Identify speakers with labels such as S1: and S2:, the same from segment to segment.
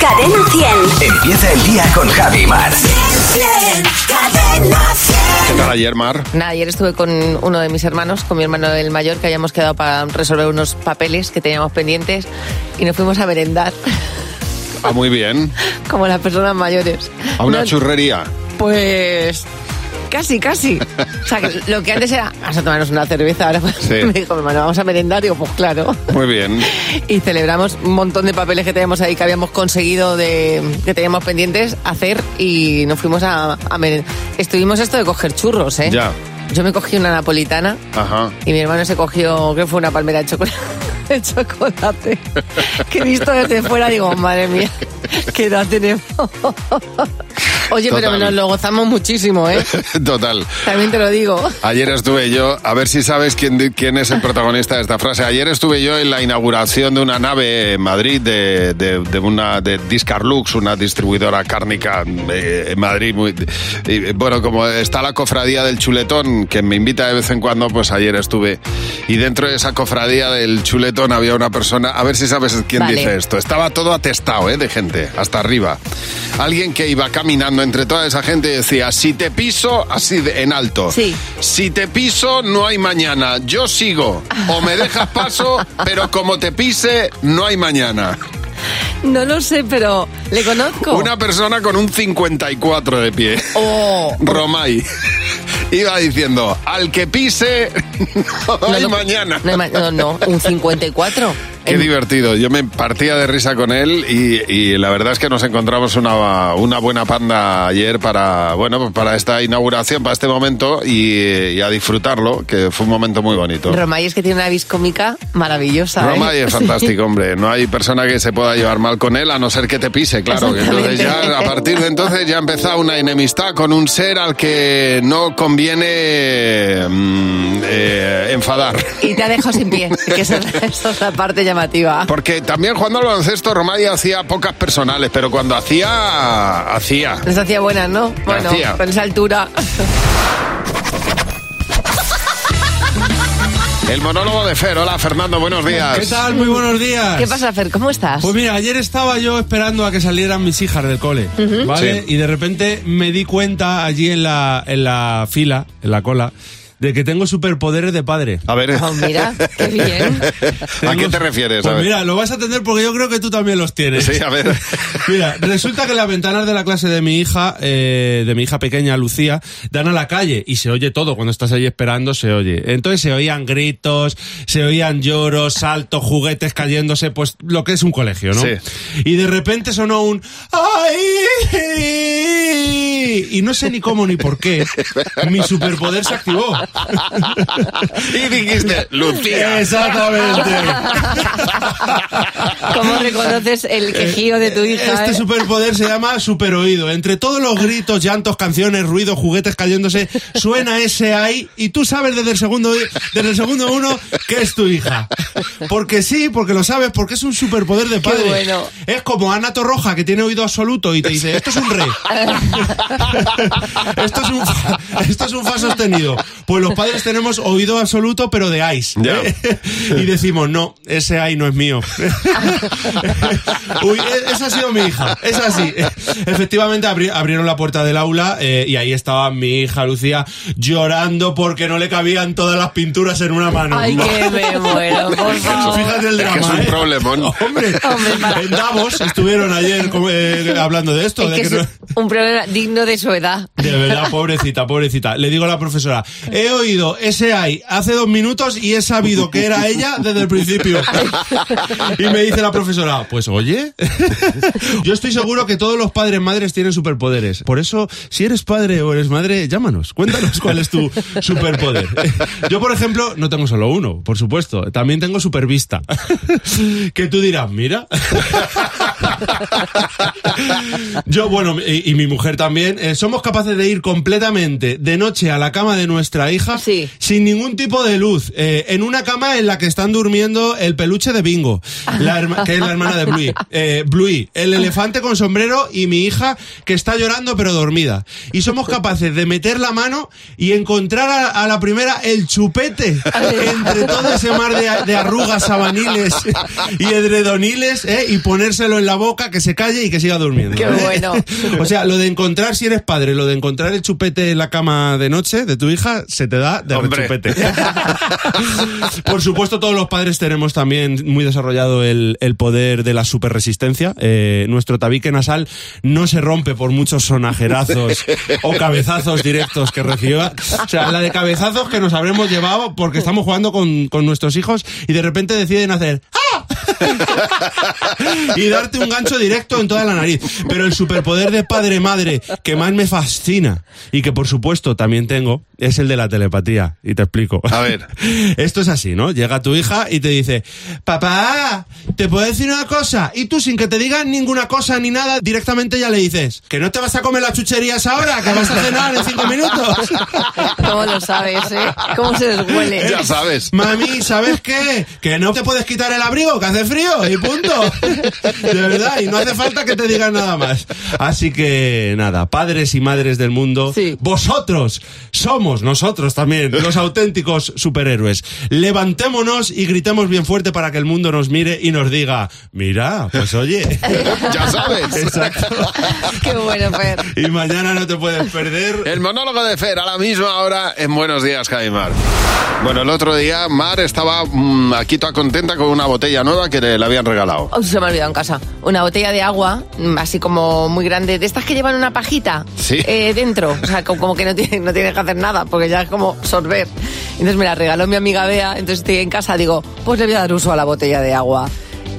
S1: Cadena 100.
S2: Empieza el día con Javi Mar.
S1: Cadena 100.
S3: ¿Qué tal ayer, Mar?
S4: Nada, ayer estuve con uno de mis hermanos, con mi hermano el mayor, que habíamos quedado para resolver unos papeles que teníamos pendientes y nos fuimos a merendar
S3: Ah, muy bien.
S4: como las personas mayores.
S3: A una
S4: No,
S3: churrería.
S4: Pues casi, casi. O sea, que lo que antes era, vamos a tomarnos una cerveza, ahora pues,
S3: Sí.
S4: me dijo mi hermano, vamos a merendar, digo, pues claro.
S3: Muy bien.
S4: Y celebramos un montón de papeles que teníamos ahí, que habíamos conseguido, de, que teníamos pendientes hacer y nos fuimos a, a merendar. Estuvimos esto de coger churros, ¿eh?
S3: Ya.
S4: Yo me cogí una napolitana.
S3: Ajá.
S4: Y mi hermano se cogió, creo que fue una palmera de chocolate. de chocolate. Que visto desde fuera digo, madre mía, qué edad tenemos. Oye, pero
S3: Total.
S4: nos lo gozamos muchísimo, ¿eh?
S3: Total.
S4: También te lo digo.
S3: Ayer estuve yo, a ver si sabes quién, di- quién es el protagonista de esta frase. Ayer estuve yo en la inauguración de una nave en Madrid, de, de- de una de Discarlux, una distribuidora cárnica eh, en Madrid. muy- y, bueno, como está la cofradía del chuletón, que me invita de vez en cuando, pues ayer estuve. Y dentro de esa cofradía del chuletón había una persona, a ver si sabes quién
S4: Vale.
S3: dice esto. Estaba todo atestado ¿eh? de gente, hasta arriba. Alguien que iba caminando entre toda esa gente y decía, si te piso, así de- en alto.
S4: Sí.
S3: Si te piso, no hay mañana. Yo sigo. O me dejas paso, pero como te pise, no hay mañana.
S4: No lo sé, pero le conozco.
S3: Una persona con un 54 de pie.
S4: Oh,
S3: Romay. Iba diciendo, al que pise, no,
S4: no
S3: hay
S4: lo-
S3: mañana.
S4: No, hay ma- no, no, un 54.
S3: Qué
S4: En-
S3: divertido. Yo me partía de risa con él y, y la verdad es que nos encontramos una, una buena panda ayer para, bueno, pues para esta inauguración, para este momento y, y a disfrutarlo, que fue un momento muy bonito.
S4: Romay es que tiene una vis cómica maravillosa. ¿eh?
S3: Roma y es
S4: Sí.
S3: fantástico, hombre. No hay persona que se pueda llevar mal con él, a no ser que te pise, claro. que Entonces ya, a
S4: Exactamente.
S3: partir de entonces ya ha empezado una enemistad con un ser al que no conviene mm, eh, enfadar.
S4: Y te ha dejado sin pie, que esa es la- esa es la parte llamativa.
S3: Porque también jugando al baloncesto Romay hacía pocas personales, pero cuando hacía, hacía.
S4: Nos hacía buenas, ¿no? Bueno,
S3: hacía.
S4: con esa altura.
S3: El monólogo de Fer. Hola, Fernando, buenos días.
S5: ¿Qué tal? Muy buenos días.
S4: ¿Qué pasa, Fer? ¿Cómo estás?
S5: Pues mira, ayer estaba yo esperando a que salieran mis hijas del cole, ¿vale?
S3: Sí.
S5: Y de repente me di cuenta allí en la, en la fila, en la cola, de que tengo superpoderes de padre.
S3: A ver,
S4: Oh, mira, qué bien.
S3: ¿a qué
S5: Tengo-
S3: te refieres?
S5: Pues
S3: A ver.
S5: mira, lo vas a tener porque yo creo que tú también los tienes.
S3: Sí, a ver.
S5: Mira, resulta que las ventanas de la clase de mi hija, eh, de mi hija pequeña Lucía, dan a la calle y se oye todo. Cuando estás ahí esperando, se oye. Entonces se oían gritos, se oían lloros, saltos, juguetes cayéndose, pues lo que es un colegio, ¿no?
S3: Sí.
S5: Y de repente sonó un ¡Ay! Y no sé ni cómo ni por qué. Mi superpoder se activó.
S3: Y dijiste, Lucía.
S5: Exactamente.
S4: ¿Cómo reconoces el quejío de tu hija?
S5: Este
S4: eh?
S5: superpoder se llama superoído. Entre todos los gritos, llantos, canciones, ruidos, juguetes cayéndose, suena ese ahí y tú sabes desde el segundo desde el segundo uno que es tu hija. Porque sí, porque lo sabes, porque es un superpoder de padre.
S4: bueno.
S5: Es como Ana Torroja que tiene oído absoluto y te dice, "Esto es un re." esto es un fa, esto es un fa sostenido. Pues los padres tenemos oído absoluto pero de ice.
S3: Ya.
S5: y decimos, "No, ese ahí no es mío." Uy, e- esa ha sido mi hija, es así. Efectivamente, abri- abrieron la puerta del aula eh, y ahí estaba mi hija Lucía llorando porque no le cabían todas las pinturas en una mano.
S4: Ay, que me muero, por favor.
S5: Fíjate
S3: Es
S5: el
S3: que
S5: drama.
S3: es un
S5: ¿eh?
S3: problemón.
S5: Hombre,
S4: Hombre, para-
S5: en Davos estuvieron ayer como, eh, hablando de esto.
S4: Es
S5: de
S4: que
S5: que
S4: es
S5: no-
S4: un problema digno de su edad.
S5: de verdad, pobrecita, pobrecita. Le digo a la profesora, he oído ese hay hace dos minutos y he sabido que era ella desde el principio. Y me dice la profesora, pues oye, yo estoy seguro que todos los padres madres tienen superpoderes. Por eso, si eres padre o eres madre, llámanos, cuéntanos cuál es tu superpoder. Yo, por ejemplo, no tengo solo uno, por supuesto. También tengo supervista. Que tú dirás, mira. Yo, bueno, y, y mi mujer también, eh, somos capaces de ir completamente de noche a la cama de nuestra hija
S4: Sí.
S5: sin ningún tipo de luz, eh, en una cama en la que están durmiendo el peluche de Bingo, la herma- que es la hermana de Bluey, eh, Bluey, el elefante con sombrero y mi hija que está llorando pero dormida. Y somos capaces de meter la mano y encontrar a, a la primera el chupete entre todo ese mar de, de arrugas sabaniles y edredoniles eh, y ponérselo en la boca boca, que se calle y que siga durmiendo. ¿Eh?
S4: Qué bueno.
S5: o sea, lo de encontrar, si eres padre, lo de encontrar el chupete en la cama de noche de tu hija, se te da de
S3: Hombre.
S5: chupete. Por supuesto, todos los padres tenemos también muy desarrollado el, el poder de la superresistencia. Eh, nuestro tabique nasal no se rompe por muchos sonajerazos o cabezazos directos que reciba. O sea, la de cabezazos que nos habremos llevado porque estamos jugando con, con nuestros hijos y de repente deciden hacer ¡Ah! y darte un gancho directo en toda la nariz. Pero el superpoder de padre-madre que más me fascina y que por supuesto también tengo es el de la telepatía. Y te explico.
S3: A ver.
S5: Esto es así, ¿no? Llega tu hija y te dice, papá, ¿te puedo decir una cosa? Y tú sin que te digan ninguna cosa ni nada, directamente ya le dices, que no te vas a comer las chucherías ahora, que vas a cenar en cinco minutos.
S4: ¿Cómo lo sabes, eh? ¿Cómo se les huele?
S3: Ya sabes.
S5: Mami, ¿sabes qué? Que no te puedes quitar el abrigo, que hace frío y punto. De verdad, y no hace falta que te digan nada más. Así que nada, padres y madres del mundo,
S4: Sí.
S5: vosotros somos nosotros también los auténticos superhéroes. Levantémonos y gritemos bien fuerte para que el mundo nos mire y nos diga, mira, pues oye.
S3: Ya sabes.
S5: Exacto.
S4: Qué bueno, Fer.
S5: Y mañana no te puedes perder
S3: El monólogo de Fer a la misma hora en Buenos Días, Javi Mar. Bueno, el otro día Mar estaba mm, aquí toda contenta con una botella nueva que le, le habían regalado.
S4: Oh, se me ha olvidado en casa. Una botella de agua, mm, así como muy grande, de estas que llevan una pajita
S3: Sí.
S4: eh, dentro. O sea, co- como, que no tienes, no tienes que hacer nada, porque ya es como sorber. Entonces me la regaló mi amiga Bea, entonces estoy en casa, digo, pues le voy a dar uso a la botella de agua.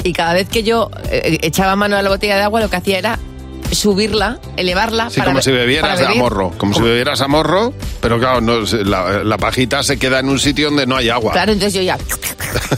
S4: Y cada vez que yo eh, echaba mano a la botella de agua, lo que hacía era subirla, elevarla.
S3: Sí, como si
S4: para
S3: bebieras a
S4: beber.
S3: morro. Como si bebieras a morro, pero claro, no, se- la, la pajita se queda en un sitio donde no hay agua.
S4: Claro, entonces yo ya.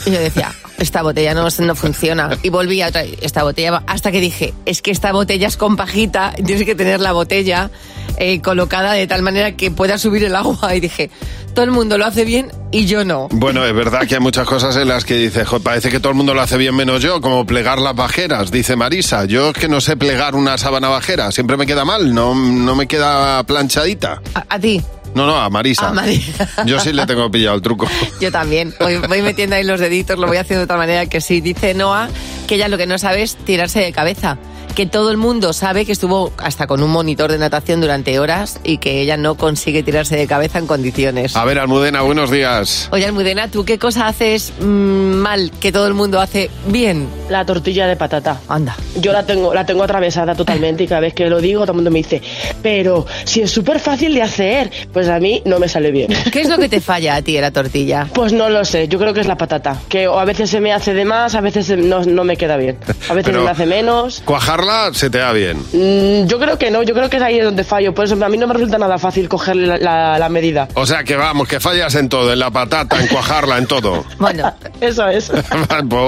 S4: Y yo decía, esta botella no, no funciona. Y volvía otra vez, esta botella. va- Hasta que dije, es que esta botella es con pajita, tienes que tener la botella eh, colocada de tal manera que pueda subir el agua. Y dije, todo el mundo lo hace bien y yo no.
S3: Bueno, es verdad que hay muchas cosas en las que dices, "Jo, parece que todo el mundo lo hace bien menos yo, como plegar las bajeras, dice Marisa. Yo es que no sé plegar una sábana bajera, siempre me queda mal, no, no me queda planchadita.
S4: A, a ti.
S3: No, no, a Marisa.
S4: A Marisa.
S3: Yo sí le tengo pillado el truco.
S4: Yo también. Voy, voy metiendo ahí los deditos, lo voy haciendo de tal manera que sí. Dice Noah que ella lo que no sabe es tirarse de cabeza. Que todo el mundo sabe que estuvo hasta con un monitor de natación durante horas y que ella no consigue tirarse de cabeza en condiciones.
S3: A ver, Almudena, buenos días.
S4: Oye, Almudena, ¿tú qué cosa haces mm, mal que todo el mundo hace bien?
S1: La tortilla de patata.
S4: Anda.
S1: Yo la tengo, la tengo atravesada totalmente y cada vez que lo digo todo el mundo me dice, pero si es súper fácil de hacer, pues a mí no me sale bien.
S4: ¿Qué es lo que te falla a ti de la tortilla?
S1: Pues no lo sé, yo creo que es la patata, que o a veces se me hace de más, a veces se- no, no me queda bien, a veces
S3: Pero-
S1: se me hace menos.
S3: Cuajarla se te da bien.
S1: Mm, yo creo que no, yo creo que es ahí donde fallo, por eso a mí no me resulta nada fácil cogerle la, la- la medida.
S3: O sea que vamos, que fallas en todo, en la patata, en cuajarla, en todo.
S4: Bueno,
S1: Eso es.
S3: pues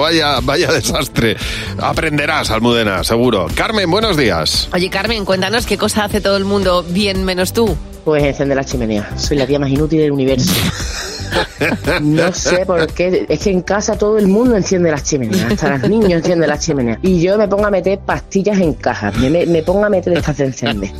S3: vaya, vaya desastre. Aprenderás, Almudena, seguro. Carmen, buenos días.
S4: oye, Carmen, cuéntanos qué cosa hace todo el mundo bien menos tú.
S6: Pues encender la chimenea. Soy la tía más inútil del universo. No sé por qué. Es que en casa todo el mundo enciende las chimeneas. Hasta los niños encienden las chimeneas. Y yo me pongo a meter pastillas en cajas. Me, me- me pongo a meter estas de encender.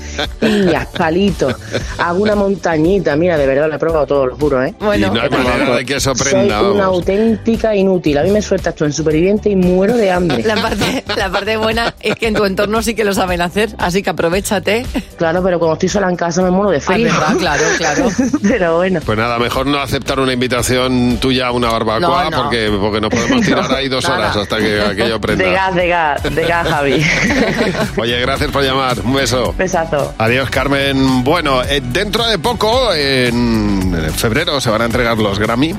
S6: Piñas, palitos. Hago una montañita. Mira, de verdad lo he probado todo, lo juro, ¿eh?
S4: Bueno,
S3: y no hay manera de que eso aprenda.
S6: Soy una
S3: vamos.
S6: auténtica inútil. A mí me sueltas tú en superviviente y muero de hambre.
S4: la parte, la parte buena es que en tu entorno sí que lo saben hacer, así que aprovechate.
S6: Claro, pero cuando estoy sola en casa me muero de frío.
S4: Ah, verdad, claro, claro.
S6: pero bueno.
S3: Pues nada, mejor no aceptar una invitación tuya a una barbacoa
S4: No, no.
S3: Porque, porque nos podemos tirar ahí dos
S4: nada.
S3: horas hasta que aquello
S6: De
S3: aprenda.
S6: gas, de gas, de gas, Javi.
S3: Oye, gracias por llamar. Un beso.
S6: Besazo.
S3: Adiós, Carmen. Bueno, eh, dentro de poco, en febrero, se van a entregar los Grammy.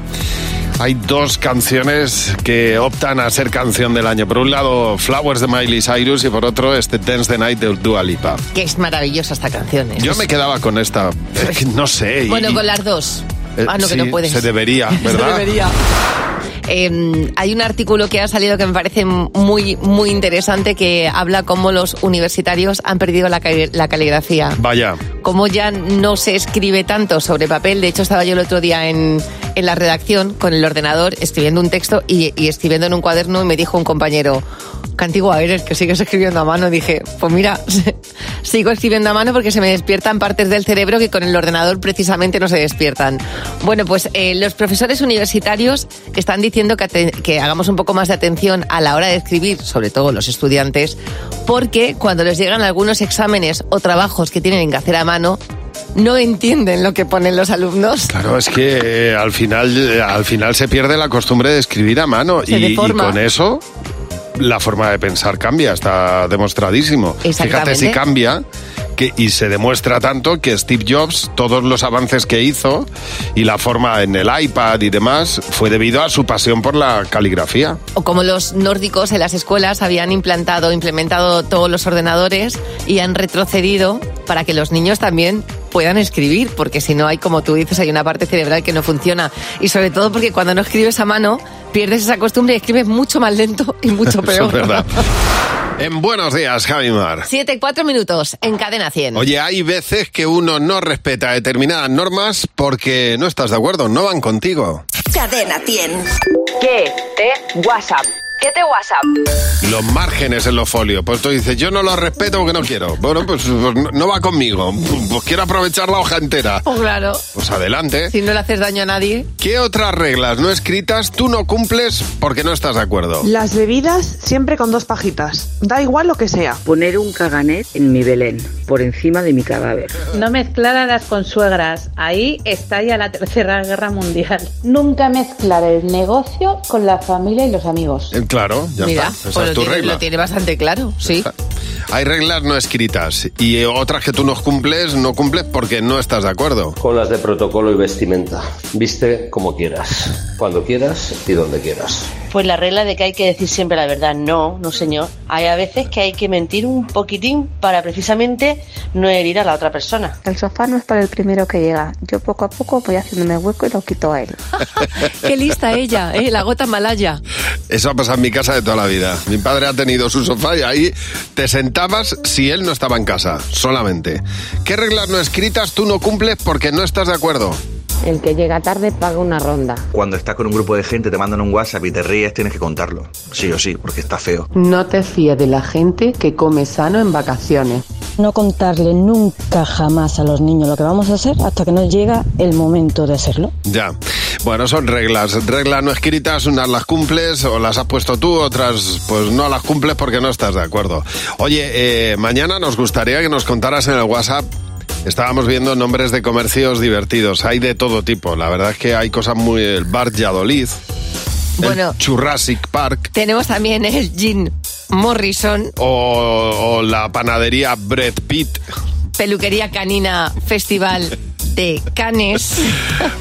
S3: Hay dos canciones que optan a ser canción del año. Por un lado, Flowers de Miley Cyrus y por otro, este Dance the Night de Dua Lipa.
S4: Que es maravillosa esta canción. ¿eh?
S3: Yo me quedaba con esta. Es que no sé. y-
S4: Bueno, con las dos.
S3: eh,
S4: ah, no, que
S3: sí,
S4: no puedes.
S3: Se debería, ¿verdad?
S4: Se debería. Eh, hay un artículo que ha salido que me parece muy, muy interesante que habla cómo los universitarios han perdido la, cali- la caligrafía.
S3: Vaya.
S4: Cómo ya no se escribe tanto sobre papel. De hecho, estaba yo el otro día en, en la redacción con el ordenador escribiendo un texto y, y escribiendo en un cuaderno y me dijo un compañero, qué antigua eres, que sigues escribiendo a mano. Dije, pues mira, sigo escribiendo a mano porque se me despiertan partes del cerebro que con el ordenador precisamente no se despiertan. Bueno, pues eh, los profesores universitarios están diciendo que, aten- que hagamos un poco más de atención a la hora de escribir, sobre todo los estudiantes, porque cuando les llegan algunos exámenes o trabajos que tienen que hacer a mano, no entienden lo que ponen los alumnos.
S3: Claro, es que eh, al final eh, al final se pierde la costumbre de escribir a mano
S4: Se
S3: y, y
S4: deforma.
S3: con eso la forma de pensar cambia, está demostradísimo. Fíjate
S4: Exactamente.
S3: si cambia que, y se demuestra tanto que Steve Jobs, todos los avances que hizo y la forma en el iPad y demás, fue debido a su pasión por la caligrafía.
S4: o como los nórdicos en las escuelas habían implantado, implementado todos los ordenadores y han retrocedido para que los niños también puedan escribir, porque si no hay, como tú dices, hay una parte cerebral que no funciona. Y sobre todo porque cuando no escribes a mano, pierdes esa costumbre y escribes mucho más lento y mucho
S3: Eso
S4: peor.
S3: es verdad. En buenos días, Javimar.
S4: Siete, cuatro minutos en Cadena 100.
S3: Oye, hay veces que uno no respeta determinadas normas porque no estás de acuerdo, no van contigo.
S7: Cadena 100.
S8: ¿Qué te WhatsApp? ¿Qué te WhatsApp?
S3: Los márgenes en los folios. Pues tú dices, yo no los respeto porque no quiero. Bueno, pues, pues no- no va conmigo. Pues quiero aprovechar la hoja entera.
S4: Oh, claro,
S3: Pues adelante.
S4: si no le haces daño a nadie.
S3: ¿Qué otras reglas no escritas tú no cumples porque no estás de acuerdo?
S9: Las bebidas siempre con dos pajitas. Da igual lo que sea.
S10: Poner un caganet en mi Belén, por encima de mi cadáver.
S11: No mezclar a las consuegras. Ahí estalla la Tercera Guerra Mundial.
S12: Nunca mezclar el negocio con la familia y los amigos.
S3: Eh, Claro, ya
S4: Mira,
S3: está. Esa
S4: pues
S3: es
S4: lo
S3: tu
S4: tiene,
S3: regla.
S4: lo tiene bastante claro, sí.
S3: Hay reglas no escritas y otras que tú no cumples, no cumples porque no estás de acuerdo.
S13: Con las de protocolo y vestimenta. Viste como quieras, cuando quieras y donde quieras.
S14: Pues la regla de que hay que decir siempre la verdad. No, no señor. Hay a veces que hay que mentir un poquitín para precisamente no herir a la otra persona.
S15: El sofá no es para el primero que llega. Yo poco a poco voy haciéndome hueco y lo quito a él.
S4: Qué lista ella, ¿eh? la gota malaya.
S3: Eso ha pasado en mi casa de toda la vida. Mi padre ha tenido su sofá y ahí te sentabas si él no estaba en casa, solamente. ¿Qué reglas no escritas tú no cumples porque no estás de acuerdo?
S16: El que llega tarde paga una ronda.
S17: Cuando estás con un grupo de gente, te mandan un WhatsApp y te ríes, tienes que contarlo. Sí o sí, porque está feo.
S18: No te fíes de la gente que come sano en vacaciones.
S19: No contarle nunca jamás a los niños lo que vamos a hacer hasta que no llega el momento de hacerlo.
S3: Ya. Bueno, son reglas. Reglas no escritas, unas las cumples o las has puesto tú, otras pues no las cumples porque no estás de acuerdo. Oye, eh, mañana nos gustaría que nos contaras en el WhatsApp. Estábamos viendo nombres de comercios divertidos. Hay de todo tipo. La verdad es que hay cosas muy... El Bar Yadolid.
S4: Bueno.
S3: El Jurassic Park.
S4: Tenemos también el Jim Morrison,
S3: o, o la panadería Brad Pitt.
S4: Peluquería Canina Festival de Canes.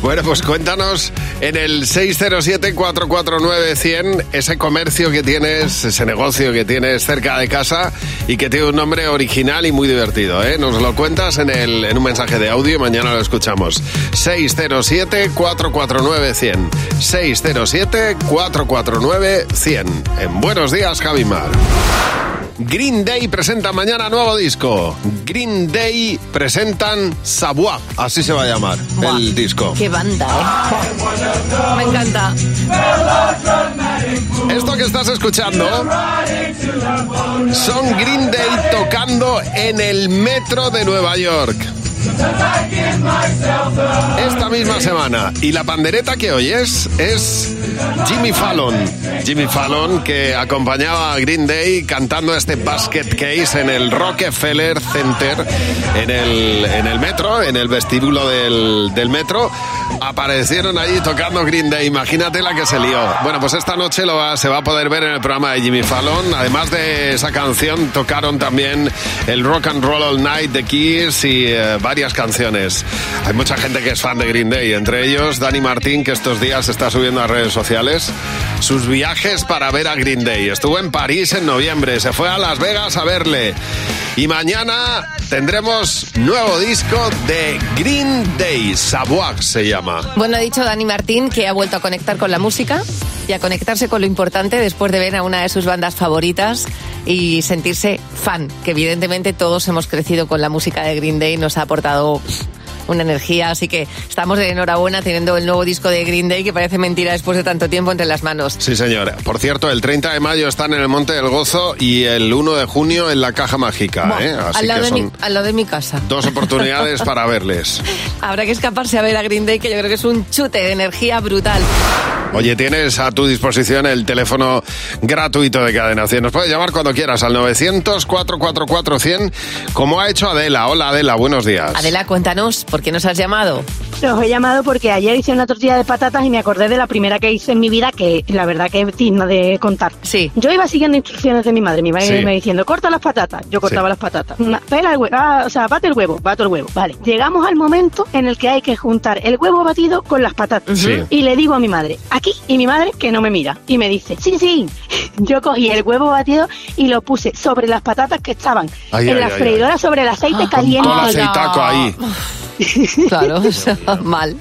S3: Bueno, pues cuéntanos en el 607-449-100 ese comercio que tienes, ese negocio que tienes cerca de casa y que tiene un nombre original y muy divertido. ¿eh? Nos lo cuentas en, el, en un mensaje de audio y mañana lo escuchamos. 607-449-100. 607-449-100. En Buenos Días, Javimar. Green Day presenta mañana nuevo disco. Green Day presentan Sabois, así se va a llamar el disco.
S4: ¡Qué banda, eh! Me encanta.
S3: Esto que estás escuchando son Green Day tocando en el metro de Nueva York esta misma semana. Y la pandereta que oyes es Jimmy Fallon. Jimmy Fallon que acompañaba a Green Day cantando este basket case en el Rockefeller Center, en el, en el metro, en el vestíbulo del, del metro. Aparecieron allí tocando Green Day. Imagínate la que se lió. Bueno, pues esta noche lo va- se va a poder ver en el programa de Jimmy Fallon. Además de esa canción, tocaron también el Rock and Roll All Night de Kiss y eh, varias canciones. Hay mucha gente que es fan de Green Day, entre ellos Dani Martín, que estos días está subiendo a redes sociales sus viajes para ver a Green Day. Estuvo en París en noviembre, se fue a Las Vegas a verle. Y mañana tendremos nuevo disco de Green Day, Sabuac se llama.
S4: Bueno, ha dicho Dani Martín que ha vuelto a conectar con la música y a conectarse con lo importante después de ver a una de sus bandas favoritas y sentirse fan, que evidentemente todos hemos crecido con la música de Green Day, nos ha aportado una energía. Así que estamos de enhorabuena teniendo el nuevo disco de Green Day que parece mentira después de tanto tiempo entre las manos.
S3: Sí, señor. Por cierto, el 30 de mayo están en el Monte del Gozo y el 1 de junio en la Caja Mágica. ¿eh? Así
S4: al, lado
S3: que
S4: de mi,
S3: son
S4: al lado de mi casa.
S3: dos oportunidades para verles.
S4: Habrá que escaparse a ver a Green Day, que yo creo que es un chute de energía brutal.
S3: Oye, tienes a tu disposición el teléfono gratuito de Cadena 100. Nos puedes llamar cuando quieras al 900-444-100, como ha hecho Adela. Hola Adela, buenos días.
S4: Adela, cuéntanos, ¿por qué nos has llamado?
S7: Los he llamado porque ayer hice una tortilla de patatas y me acordé de la primera que hice en mi vida, que la verdad que es digna de contar.
S4: Sí.
S7: Yo iba siguiendo instrucciones de mi madre. Mi madre
S20: Sí.
S7: me diciendo, corta las patatas. Yo cortaba
S20: Sí.
S7: las patatas. Una- pela el huevo. Ah, o sea, bate el huevo, bato el huevo. Vale. Llegamos al momento en el que hay que juntar el huevo batido con las patatas.
S20: Sí.
S7: Y le digo a mi madre, aquí. Y mi madre, que no me mira. Y me dice, sí, sí. Yo cogí el huevo batido y lo puse sobre las patatas que estaban
S3: Ay,
S7: en
S3: ay,
S7: la
S3: ay, ay.
S7: freidora sobre el aceite caliente.
S3: Todo el aceitaco ahí.
S4: Claro, o sea, mal.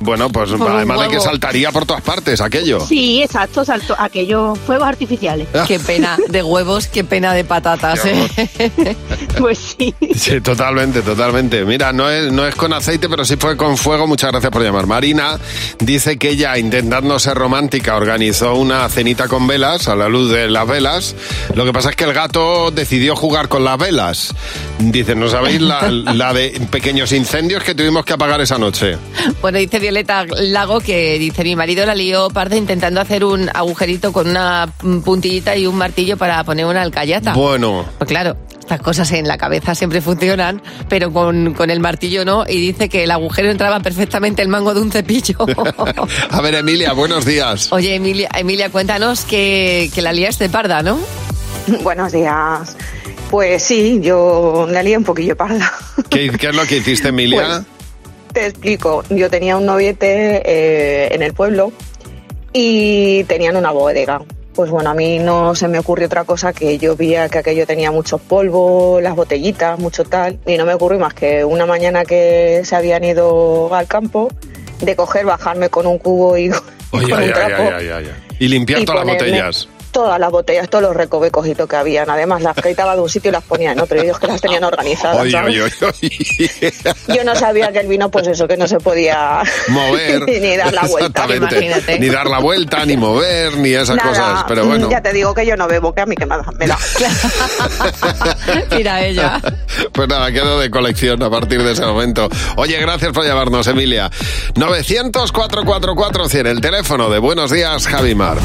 S3: Bueno, pues
S7: Por un
S3: además de que
S7: huevo.
S3: saltaría por todas partes aquello.
S7: Sí, exacto, salto, aquellos fuegos artificiales.
S21: Ah.
S4: Qué pena de huevos, qué pena de patatas. ¿eh?
S7: pues sí.
S3: Sí, totalmente, totalmente. Mira, no es, no es con aceite, pero sí fue con fuego. Muchas gracias por llamar. Marina dice que ella, intentando ser romántica, organizó una cenita con velas, a la luz de las velas. Lo que pasa es que el gato decidió jugar con las velas. Dice, ¿no sabéis la, la de pequeños incendios que tuvimos que apagar esa noche?
S4: Bueno, dice Violeta Lago que dice mi marido la lió parda intentando hacer un agujerito con una mm, puntillita y un martillo para poner una alcayata.
S3: Bueno.
S4: Pues claro, estas cosas en la cabeza siempre funcionan, pero con, con el martillo no. Y dice que el agujero entraba perfectamente el mango de un cepillo.
S3: A ver, Emilia, buenos días.
S4: Oye, Emilia, Emilia cuéntanos que, que la liaste parda, ¿no?
S22: Buenos días. Pues sí, yo la lié un poquillo parda.
S3: ¿Qué, qué es lo que hiciste, Emilia?
S22: Te explico. Yo tenía un noviete eh, en el pueblo y tenían una bodega. Pues bueno, a mí no se me ocurrió otra cosa que yo veía que aquello tenía muchos polvos, las botellitas, mucho tal. Y no me ocurrió más que una mañana que se habían ido al campo, de coger, bajarme con un cubo y
S3: Oye,
S22: Pues, con
S3: ay, ay,
S22: un trapo.
S3: ay, ay, ay. Y limpiar
S22: y
S3: todas las
S22: ponerme
S3: botellas.
S22: Todas las botellas, todos los recovecojitos que habían. Además, las quitaba de un sitio y las ponía en otro. Y ellos que las tenían organizadas.
S3: Oye,
S22: ¿sabes?
S3: oye, oye, oye.
S22: Yo no sabía que el vino, pues eso, que no se podía
S3: mover.
S22: ni dar la vuelta.
S3: Exactamente. Ni dar la vuelta, ni mover, ni esas
S22: Nada,
S3: cosas. Pero bueno.
S22: Ya te digo que yo no bebo, que a mí que nada me da.
S4: Mira ella.
S3: Pues nada, quedo de colección a partir de ese momento. Oye, gracias por llamarnos, Emilia. 900-444-100, el teléfono de Buenos Días, Javimar.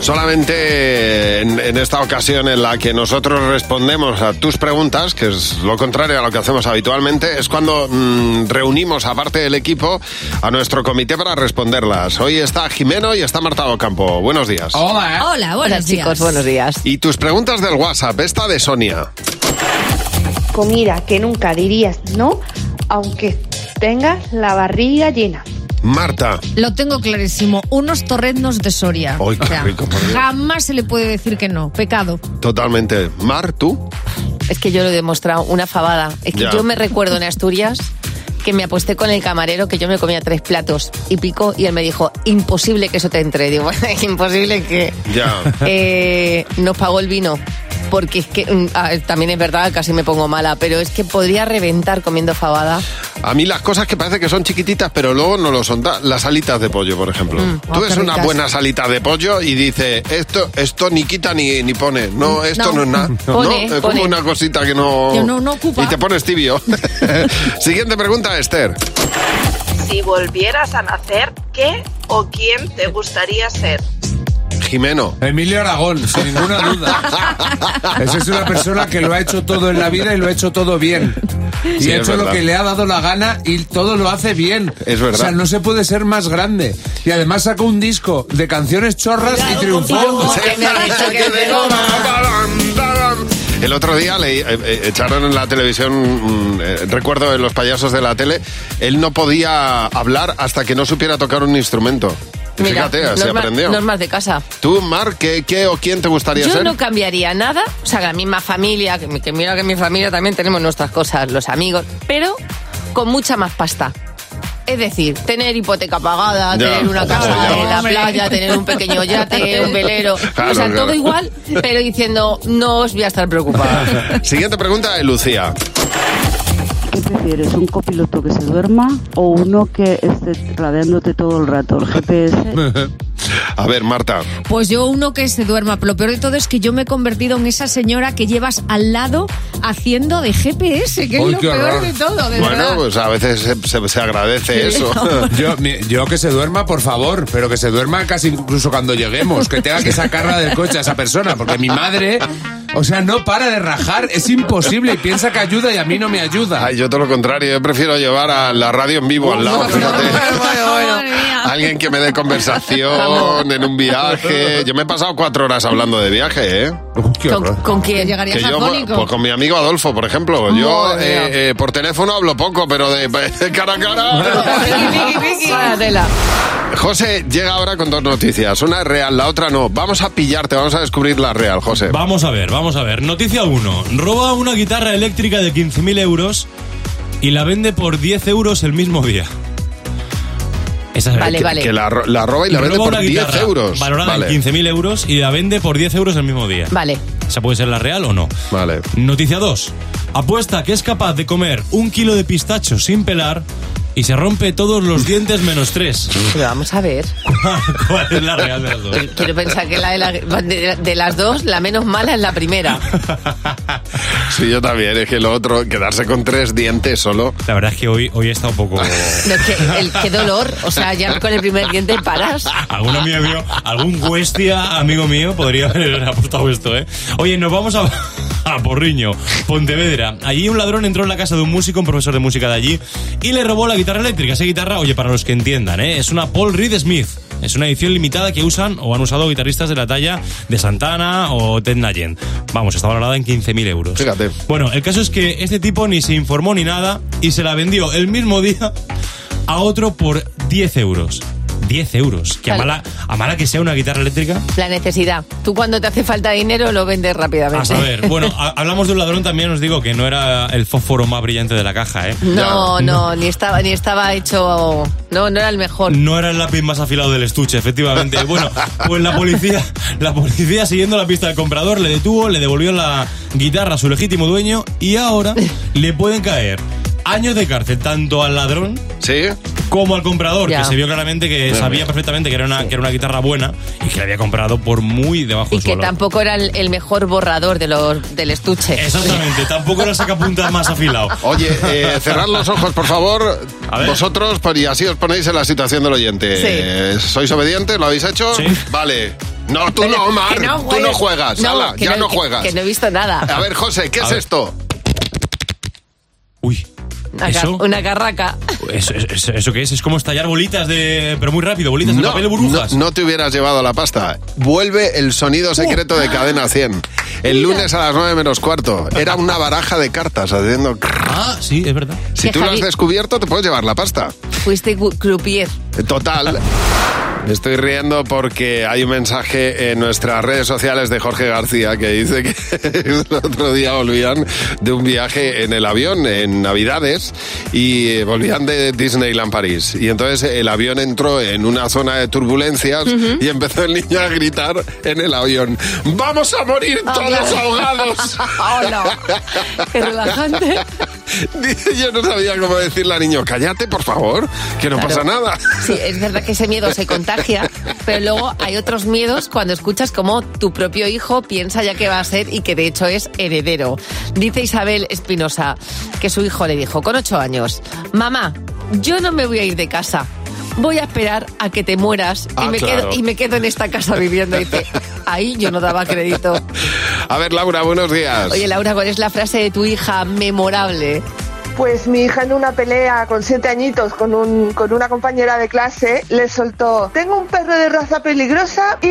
S3: Solamente en, en esta ocasión en la que nosotros respondemos a tus preguntas, que es lo contrario a lo que hacemos habitualmente, es cuando mm, reunimos, aparte del equipo, a nuestro comité para responderlas. Hoy está Jimeno y está Marta Ocampo. Buenos días.
S4: Hola, buenos chicos, buenos días.
S3: Y tus preguntas del WhatsApp, esta de Sonia.
S23: Comida que nunca dirías no, aunque tengas la barriga llena.
S3: Marta.
S21: Lo tengo clarísimo. Unos torreznos de Soria.
S3: Ay, qué
S21: O sea,
S3: rico, por Dios.
S21: jamás se le puede decir que no. Pecado.
S3: Totalmente. Mar, tú.
S4: Es que yo lo he demostrado, una fabada. Es que
S3: Ya.
S4: yo me recuerdo en Asturias que me aposté con el camarero que yo me comía tres platos y pico y él me dijo, imposible que eso te entre. Digo, imposible que...
S3: Ya.
S4: Eh, nos pagó el vino. Porque es que mm, ah, también es verdad, casi me pongo mala, pero es que podría reventar comiendo fabada.
S3: A mí las cosas que parece que son chiquititas, pero luego no lo son. ta- Las alitas de pollo, por ejemplo.
S21: oh,
S3: Tú
S21: qué
S3: ves una
S21: ricas.
S3: buena salita de pollo y dices, esto, esto ni quita ni, ni pone. No, esto no,
S21: Mm. no.
S3: es nada.
S21: Pone,
S3: no, es
S21: pone.
S3: como una cosita que no...
S21: Que no- no ocupa.
S3: Y te pones tibio. Siguiente pregunta, Esther.
S24: Si volvieras a nacer, ¿qué o quién te gustaría ser?
S3: Jimeno.
S25: Emilio Aragón, sin ninguna duda. Esa es una persona que lo ha hecho todo en la vida y lo ha hecho todo bien. Y
S3: Sí,
S25: ha
S3: es
S25: hecho lo
S3: verdad.
S25: que le ha dado la gana y todo lo hace bien.
S3: Es verdad.
S25: O sea, no se puede ser más grande. Y además sacó un disco de canciones chorras y triunfó.
S3: El otro día le eh, eh, echaron en la televisión, mm, eh, recuerdo de los payasos de la tele, él no podía hablar hasta que no supiera tocar un instrumento. Y
S4: Mira,
S3: Fíjate,
S4: normas
S3: así aprendió.
S4: normas de casa.
S3: ¿Tú, Mar, qué, qué o quién te gustaría
S4: Yo
S3: ser?
S4: no cambiaría nada, o sea, la misma familia, que, mi- que mira que en mi familia también tenemos nuestras cosas, los amigos, pero con mucha más pasta. Es decir, tener hipoteca pagada,
S21: Ya,
S4: tener una
S21: eso
S4: casa
S21: ya.
S4: en la
S21: Hombre.
S4: playa, tener un pequeño yate, un velero,
S3: Claro,
S4: o sea,
S3: claro.
S4: todo igual, pero diciendo, no os voy a estar preocupados.
S3: Siguiente pregunta de Lucía.
S1: ¿Qué prefieres? ¿Un copiloto que se duerma o uno que esté rodeándote todo el rato? El GPS.
S3: A ver, Marta.
S21: Pues yo uno que se duerma, pero lo peor de todo es que yo me he convertido en esa señora que llevas al lado haciendo de GPS, que
S3: Uy,
S21: es lo
S3: qué
S21: peor
S3: horror.
S21: de todo, de
S3: bueno,
S21: verdad.
S3: pues a veces se, se- se agradece eso.
S25: Yo, mi- yo que se duerma, por favor, pero que se duerma casi incluso cuando lleguemos, que tenga que sacarla del coche a esa persona, porque mi madre, o sea, no para de rajar, es imposible y piensa que ayuda y a mí no me ayuda.
S3: Ay, yo todo lo contrario, yo prefiero llevar a la radio en vivo al lado. fíjate. Alguien que me dé conversación en un viaje. Yo me he pasado cuatro horas hablando de viaje, ¿eh?
S21: ¿Con, con quién? ¿Llegarías
S3: Que yo,
S21: afónico?
S3: pues con mi amigo Adolfo, por ejemplo. Yo
S21: Madre mía.
S3: eh, eh, por teléfono hablo poco, pero de, de cara a cara.
S4: Vaya tela.
S3: José llega ahora con dos noticias. Una es real, la otra no. Vamos a pillarte, vamos a descubrir la real, José.
S2: Vamos a ver, vamos a ver. Noticia 1. Roba una guitarra eléctrica de 15.000 euros y la vende por 10 euros el mismo día. Esa es
S3: Vale, Que- vale. que la ro- la roba y la vende por
S2: una
S3: 10
S2: guitarra
S3: euros.
S2: Valorada
S3: Vale.
S2: en 15.000 euros y la vende por 10 euros el mismo día.
S4: Vale.
S2: ¿Esa puede ser la real o no?
S3: Vale.
S2: Noticia 2. Apuesta que es capaz de comer un kilo de pistacho sin pelar y se rompe todos los dientes menos tres.
S4: Pero vamos a ver.
S2: ¿Cuál es la real de las dos?
S4: Quiero pensar que la de, la- de- de las dos, la menos mala es la primera.
S3: Sí, yo también. Es que lo otro, quedarse con tres dientes solo.
S2: La verdad es que hoy, hoy he estado un poco...
S4: No, es que, el, qué dolor. O sea, ya con el primer diente paras.
S2: Algún amigo mío, algún huestia amigo mío podría haber apostado esto, ¿eh? Oye, nos vamos a, a Porriño, Pontevedra. Allí un ladrón entró en la casa de un músico, un profesor de música de allí, y le robó la guitarra eléctrica. Esa guitarra, oye, para los que entiendan, ¿eh? Es una Paul Reed Smith. Es una edición limitada que usan o han usado guitarristas de la talla de Santana o Ted Nugent. Vamos, está valorada en 15.000 euros.
S3: Fíjate.
S2: Bueno, el caso es que este tipo ni se informó ni nada y se la vendió el mismo día a otro por 10 euros. 10 euros. Que a
S4: Vale.
S2: mala, a mala que sea una guitarra eléctrica.
S4: La necesidad. Tú cuando te hace falta dinero lo vendes rápidamente.
S2: Ah, A saber, bueno, a- hablamos de un ladrón también, os digo que no era el fósforo más brillante de la caja, ¿eh?
S4: No, no, ni estaba, ni estaba hecho. No, no era el mejor.
S2: No era el lápiz más afilado del estuche, efectivamente. Bueno, pues la policía, la policía siguiendo la pista del comprador le detuvo, le devolvió la guitarra a su legítimo dueño y ahora le pueden caer años de cárcel tanto al ladrón como al comprador,
S4: Ya.
S2: que se vio claramente que
S4: Madre
S2: sabía
S4: mía.
S2: perfectamente que era una, que era una guitarra buena y que la había comprado por muy debajo
S4: Y
S2: de su
S4: que
S2: valor.
S4: tampoco era el, el mejor borrador de los, del estuche.
S2: Exactamente, tampoco era el sacapuntas más afilado.
S3: Oye, eh, cerrad los ojos, por favor. Vosotros, pues, y así os ponéis en la situación del oyente.
S4: Sí.
S3: Eh, ¿Sois obedientes? ¿Lo habéis hecho? Vale. No, tú no, Omar.
S4: Que
S3: tú no
S4: juegues.
S3: juegas.
S4: No,
S3: Hala,
S4: que
S3: ya no
S4: que-
S3: juegas.
S4: Que, no he visto nada.
S3: A ver, José, ¿qué
S2: A
S3: es
S2: ver.
S3: esto?
S4: Una,
S2: ¿eso?
S4: ca- una carraca.
S2: ¿Eso, eso, eso qué es? Es como estallar bolitas de. pero muy rápido, bolitas de papel de burbujas.
S3: no te hubieras llevado la pasta. Vuelve el sonido secreto de Cadena 100. El lunes a las 9 menos cuarto. Era una baraja de cartas haciendo...
S2: Ah, sí, es verdad.
S3: Si
S4: Que
S3: tú lo has
S4: Javi-
S3: descubierto, te puedes llevar la pasta.
S4: Fuiste gu- croupier.
S3: Total. Me estoy riendo porque hay un mensaje en nuestras redes sociales de Jorge García que dice que el otro día volvían de un viaje en el avión en Navidades y eh, volvían de Disneyland París. Y entonces el avión entró en una zona de turbulencias y empezó el niño a gritar en el avión: ¡Vamos a morir
S4: Oh,
S3: todos ahogados!
S4: Ah, Qué relajante.
S3: Dice, Yo no sabía cómo decirle al niño: ¡Cállate, por favor! Que no pasa nada.
S4: Sí, es verdad que ese miedo se contagia, pero luego hay otros miedos cuando escuchas cómo tu propio hijo piensa ya que va a ser y que de hecho es heredero. Dice Isabel Espinosa que su hijo le dijo con ocho años, mamá, yo no me voy a ir de casa. Voy a esperar a que te mueras y,
S3: Ah,
S4: me,
S3: claro.
S4: quedo, y me quedo en esta casa viviendo. Dice, ahí yo no daba crédito.
S3: A ver, Laura, buenos días.
S4: Oye, Laura, ¿cuál es la frase de tu hija memorable?
S5: Pues mi hija en una pelea con siete añitos con, un, con una compañera de clase le soltó, tengo un perro de raza peligrosa y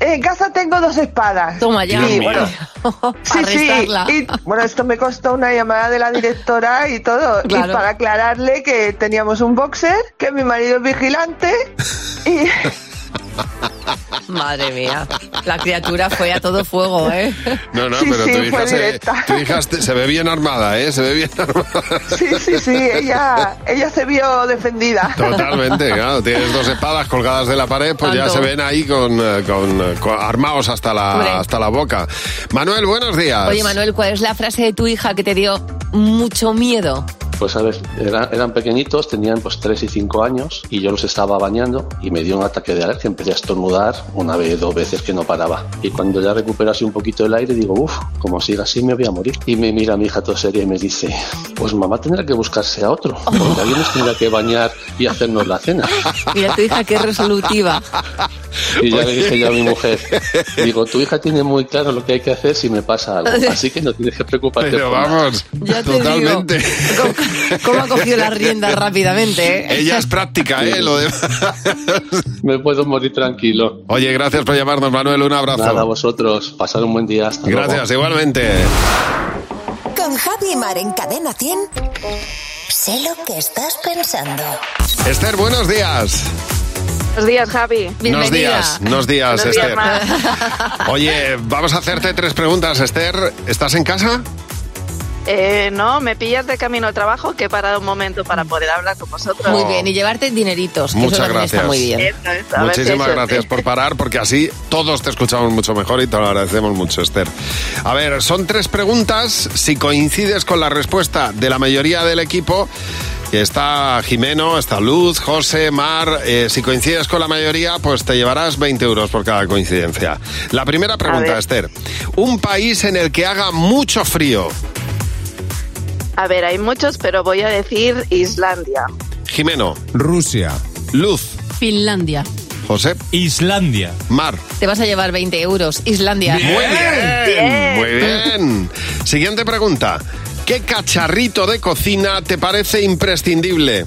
S5: en casa tengo dos espadas.
S4: Toma ya.
S5: Y,
S4: Dios
S5: bueno, sí, sí,
S4: arrestarla.
S5: y, bueno, esto me costó una llamada de la directora y todo.
S4: Claro.
S5: Y para aclararle que teníamos un boxer, que mi marido es vigilante y...
S4: Madre mía, la criatura fue a todo fuego, ¿eh?
S3: No, no,
S5: Sí,
S3: pero
S5: sí,
S3: tu,
S5: fue
S3: hija se,
S5: directa.
S3: tu hija se se ve bien armada, ¿eh? Se ve bien armada.
S5: Sí, sí, sí, ella, ella se vio defendida.
S3: Totalmente, claro. Tienes dos espadas colgadas de la pared, pues ya
S5: Tanto.
S3: se ven ahí con, eh, con, eh, con- armados hasta
S4: Hombre.
S3: la, hasta la boca. Manuel, buenos días.
S4: Oye, Manuel, ¿cuál es la frase de tu hija que te dio mucho miedo?
S13: Pues a ver, era- eran pequeñitos, tenían pues 3 y 5 años y yo los estaba bañando y me dio un ataque de alergia, empecé a estornudar una vez, dos veces que no paraba. Y cuando ya recuperase un poquito el aire digo, uff, como siga así me voy a morir. Y me mira mi hija todo seria y me dice, pues mamá tendrá que buscarse a otro, porque alguien nos tendrá que bañar y hacernos la cena.
S4: Mira, tu hija qué resolutiva.
S13: Y ya le dije yo a mi mujer, digo, tu hija tiene muy claro lo que hay que hacer si me pasa algo, así que no tienes que preocuparte.
S3: Pero
S13: por nada".
S3: vamos, totalmente.
S4: ¿Cómo ha cogido las riendas rápidamente? eh?
S3: Ella es práctica, ¿eh? Lo de...
S13: Me puedo morir tranquilo.
S3: Oye, gracias por llamarnos, Manuel. Un abrazo.
S13: Nada, a vosotros. Pasad un buen día. Hasta
S3: Gracias,
S13: luego.
S3: igualmente.
S6: Con Javi Mar en Cadena 100. Sé lo que estás pensando.
S3: Esther, buenos días.
S6: Buenos días, Javi.
S3: Buenos días, buenos días, Esther. Oye, vamos a hacerte tres preguntas, Esther. ¿Estás en casa?
S24: Eh, no, me pillas de camino al trabajo que he parado un momento para poder hablar con vosotros.
S4: Muy bien, y llevarte dineritos, que
S3: Muchas
S4: eso también
S3: gracias.
S4: está muy bien.
S24: Eso, eso, a ver si hay
S3: Muchísimas
S24: suerte.
S3: gracias por parar, porque así todos te escuchamos mucho mejor y te lo agradecemos mucho, Esther. A ver, son tres preguntas. Si coincides con la respuesta de la mayoría del equipo, que está Jimeno, está Luz, José, Mar, eh, si coincides con la mayoría, pues te llevarás 20 euros por cada coincidencia. La primera pregunta, Esther. Un país en el que haga mucho frío.
S24: A ver, hay muchos, pero voy a decir Islandia.
S3: Jimeno.
S25: Rusia.
S3: Luz.
S4: Finlandia.
S3: José.
S2: Islandia.
S3: Mar.
S4: Te vas a llevar 20 euros. Islandia.
S3: Muy bien, muy bien. Siguiente pregunta. ¿Qué cacharrito de cocina te parece imprescindible?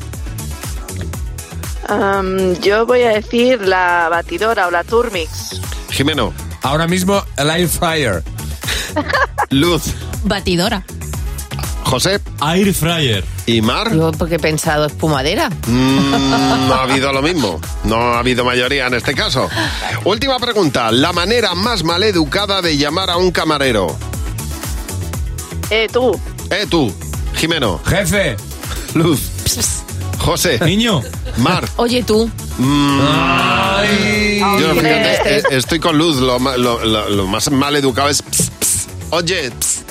S24: Am, yo voy a decir la batidora o la Turmix.
S3: Jimeno.
S25: Ahora mismo, el air fryer.
S3: Luz.
S4: Batidora.
S3: José.
S2: Air fryer.
S3: ¿Y Mar? Mm,
S4: Yo porque he pensado espumadera.
S3: No ha habido lo mismo. No ha habido mayoría en este caso. Última pregunta. La manera más maleducada de llamar a un camarero.
S24: Eh, tú.
S3: Eh, tú. Jimeno.
S25: Jefe.
S3: Luz. José.
S2: Niño.
S3: Mar.
S4: Oye tú.
S3: Yo,
S4: Aunque-
S3: fíjate, eh, estoy con luz. Lo, ma- lo- lo- lo más mal educado es. "Ps, ps". Oye, ps".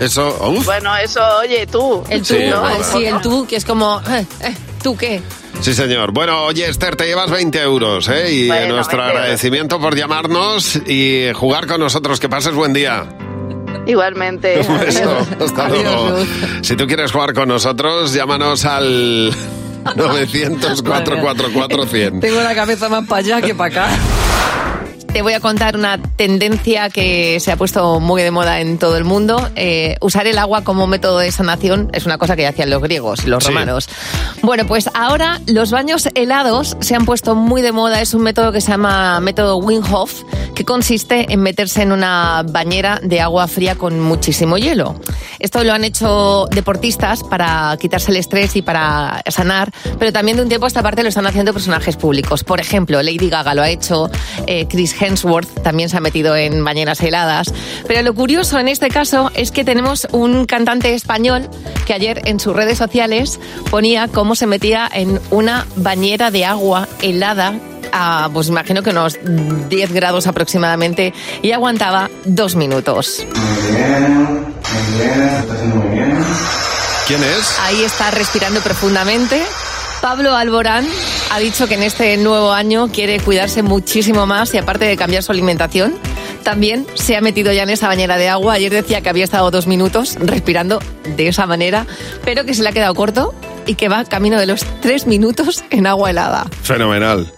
S3: eso. uf.
S24: Bueno, eso, oye, tú.
S4: El tú,
S3: Sí,
S4: ¿no?
S3: es verdad.
S4: Sí, el tú, que es como... eh, eh, ¿Tú qué?
S3: Sí, señor. Bueno, oye, Esther, te llevas 20 euros, ¿eh? Y
S4: Bueno,
S3: nuestro
S24: 20 euros.
S3: agradecimiento por llamarnos y jugar con nosotros. Que pases buen día.
S24: Igualmente.
S3: Un beso. Hasta luego. Si tú quieres jugar con nosotros, llámanos al 900 444 100.
S4: Tengo la cabeza más para allá que para acá. Te voy a contar una tendencia que se ha puesto muy de moda en todo el mundo. Eh, usar el agua como método de sanación es una cosa que ya hacían los griegos y los
S24: Sí.
S4: romanos. Bueno, pues ahora los baños helados se han puesto muy de moda. Es un método que se llama método Wim Hof, que consiste en meterse en una bañera de agua fría con muchísimo hielo. Esto lo han hecho deportistas para quitarse el estrés y para sanar, pero también de un tiempo a esta parte lo están haciendo personajes públicos. Por ejemplo, Lady Gaga lo ha hecho, eh, Chris Hemsworth también se ha metido en bañeras heladas. Pero lo curioso en este caso es que tenemos un cantante español que ayer en sus redes sociales ponía cómo se metía en una bañera de agua helada a, pues imagino que unos 10 grados aproximadamente y aguantaba dos minutos.
S3: ¿Quién es?
S4: Ahí está respirando profundamente. Pablo Alborán ha dicho que en este nuevo año quiere cuidarse muchísimo más y aparte de cambiar su alimentación, también se ha metido ya en esa bañera de agua. Ayer decía que había estado dos minutos respirando de esa manera, pero que se le ha quedado corto y que va camino de los tres minutos en agua helada.
S3: Fenomenal.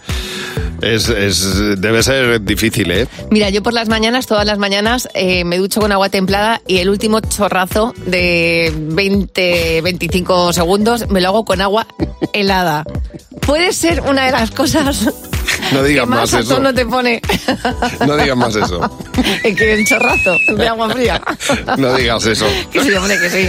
S3: Es, es- debe ser difícil, ¿eh?
S4: Mira, yo por las mañanas, todas las mañanas, eh, me ducho con agua templada y el último chorrazo de 20, 25 segundos me lo hago con agua helada. Puede ser una de las cosas
S3: No
S4: que
S3: digas
S4: más
S3: más
S4: a
S3: eso.
S4: tono te pone
S3: No digas más eso.
S4: que el chorrazo de agua fría.
S3: No digas eso.
S4: Que sí, hombre, que sí.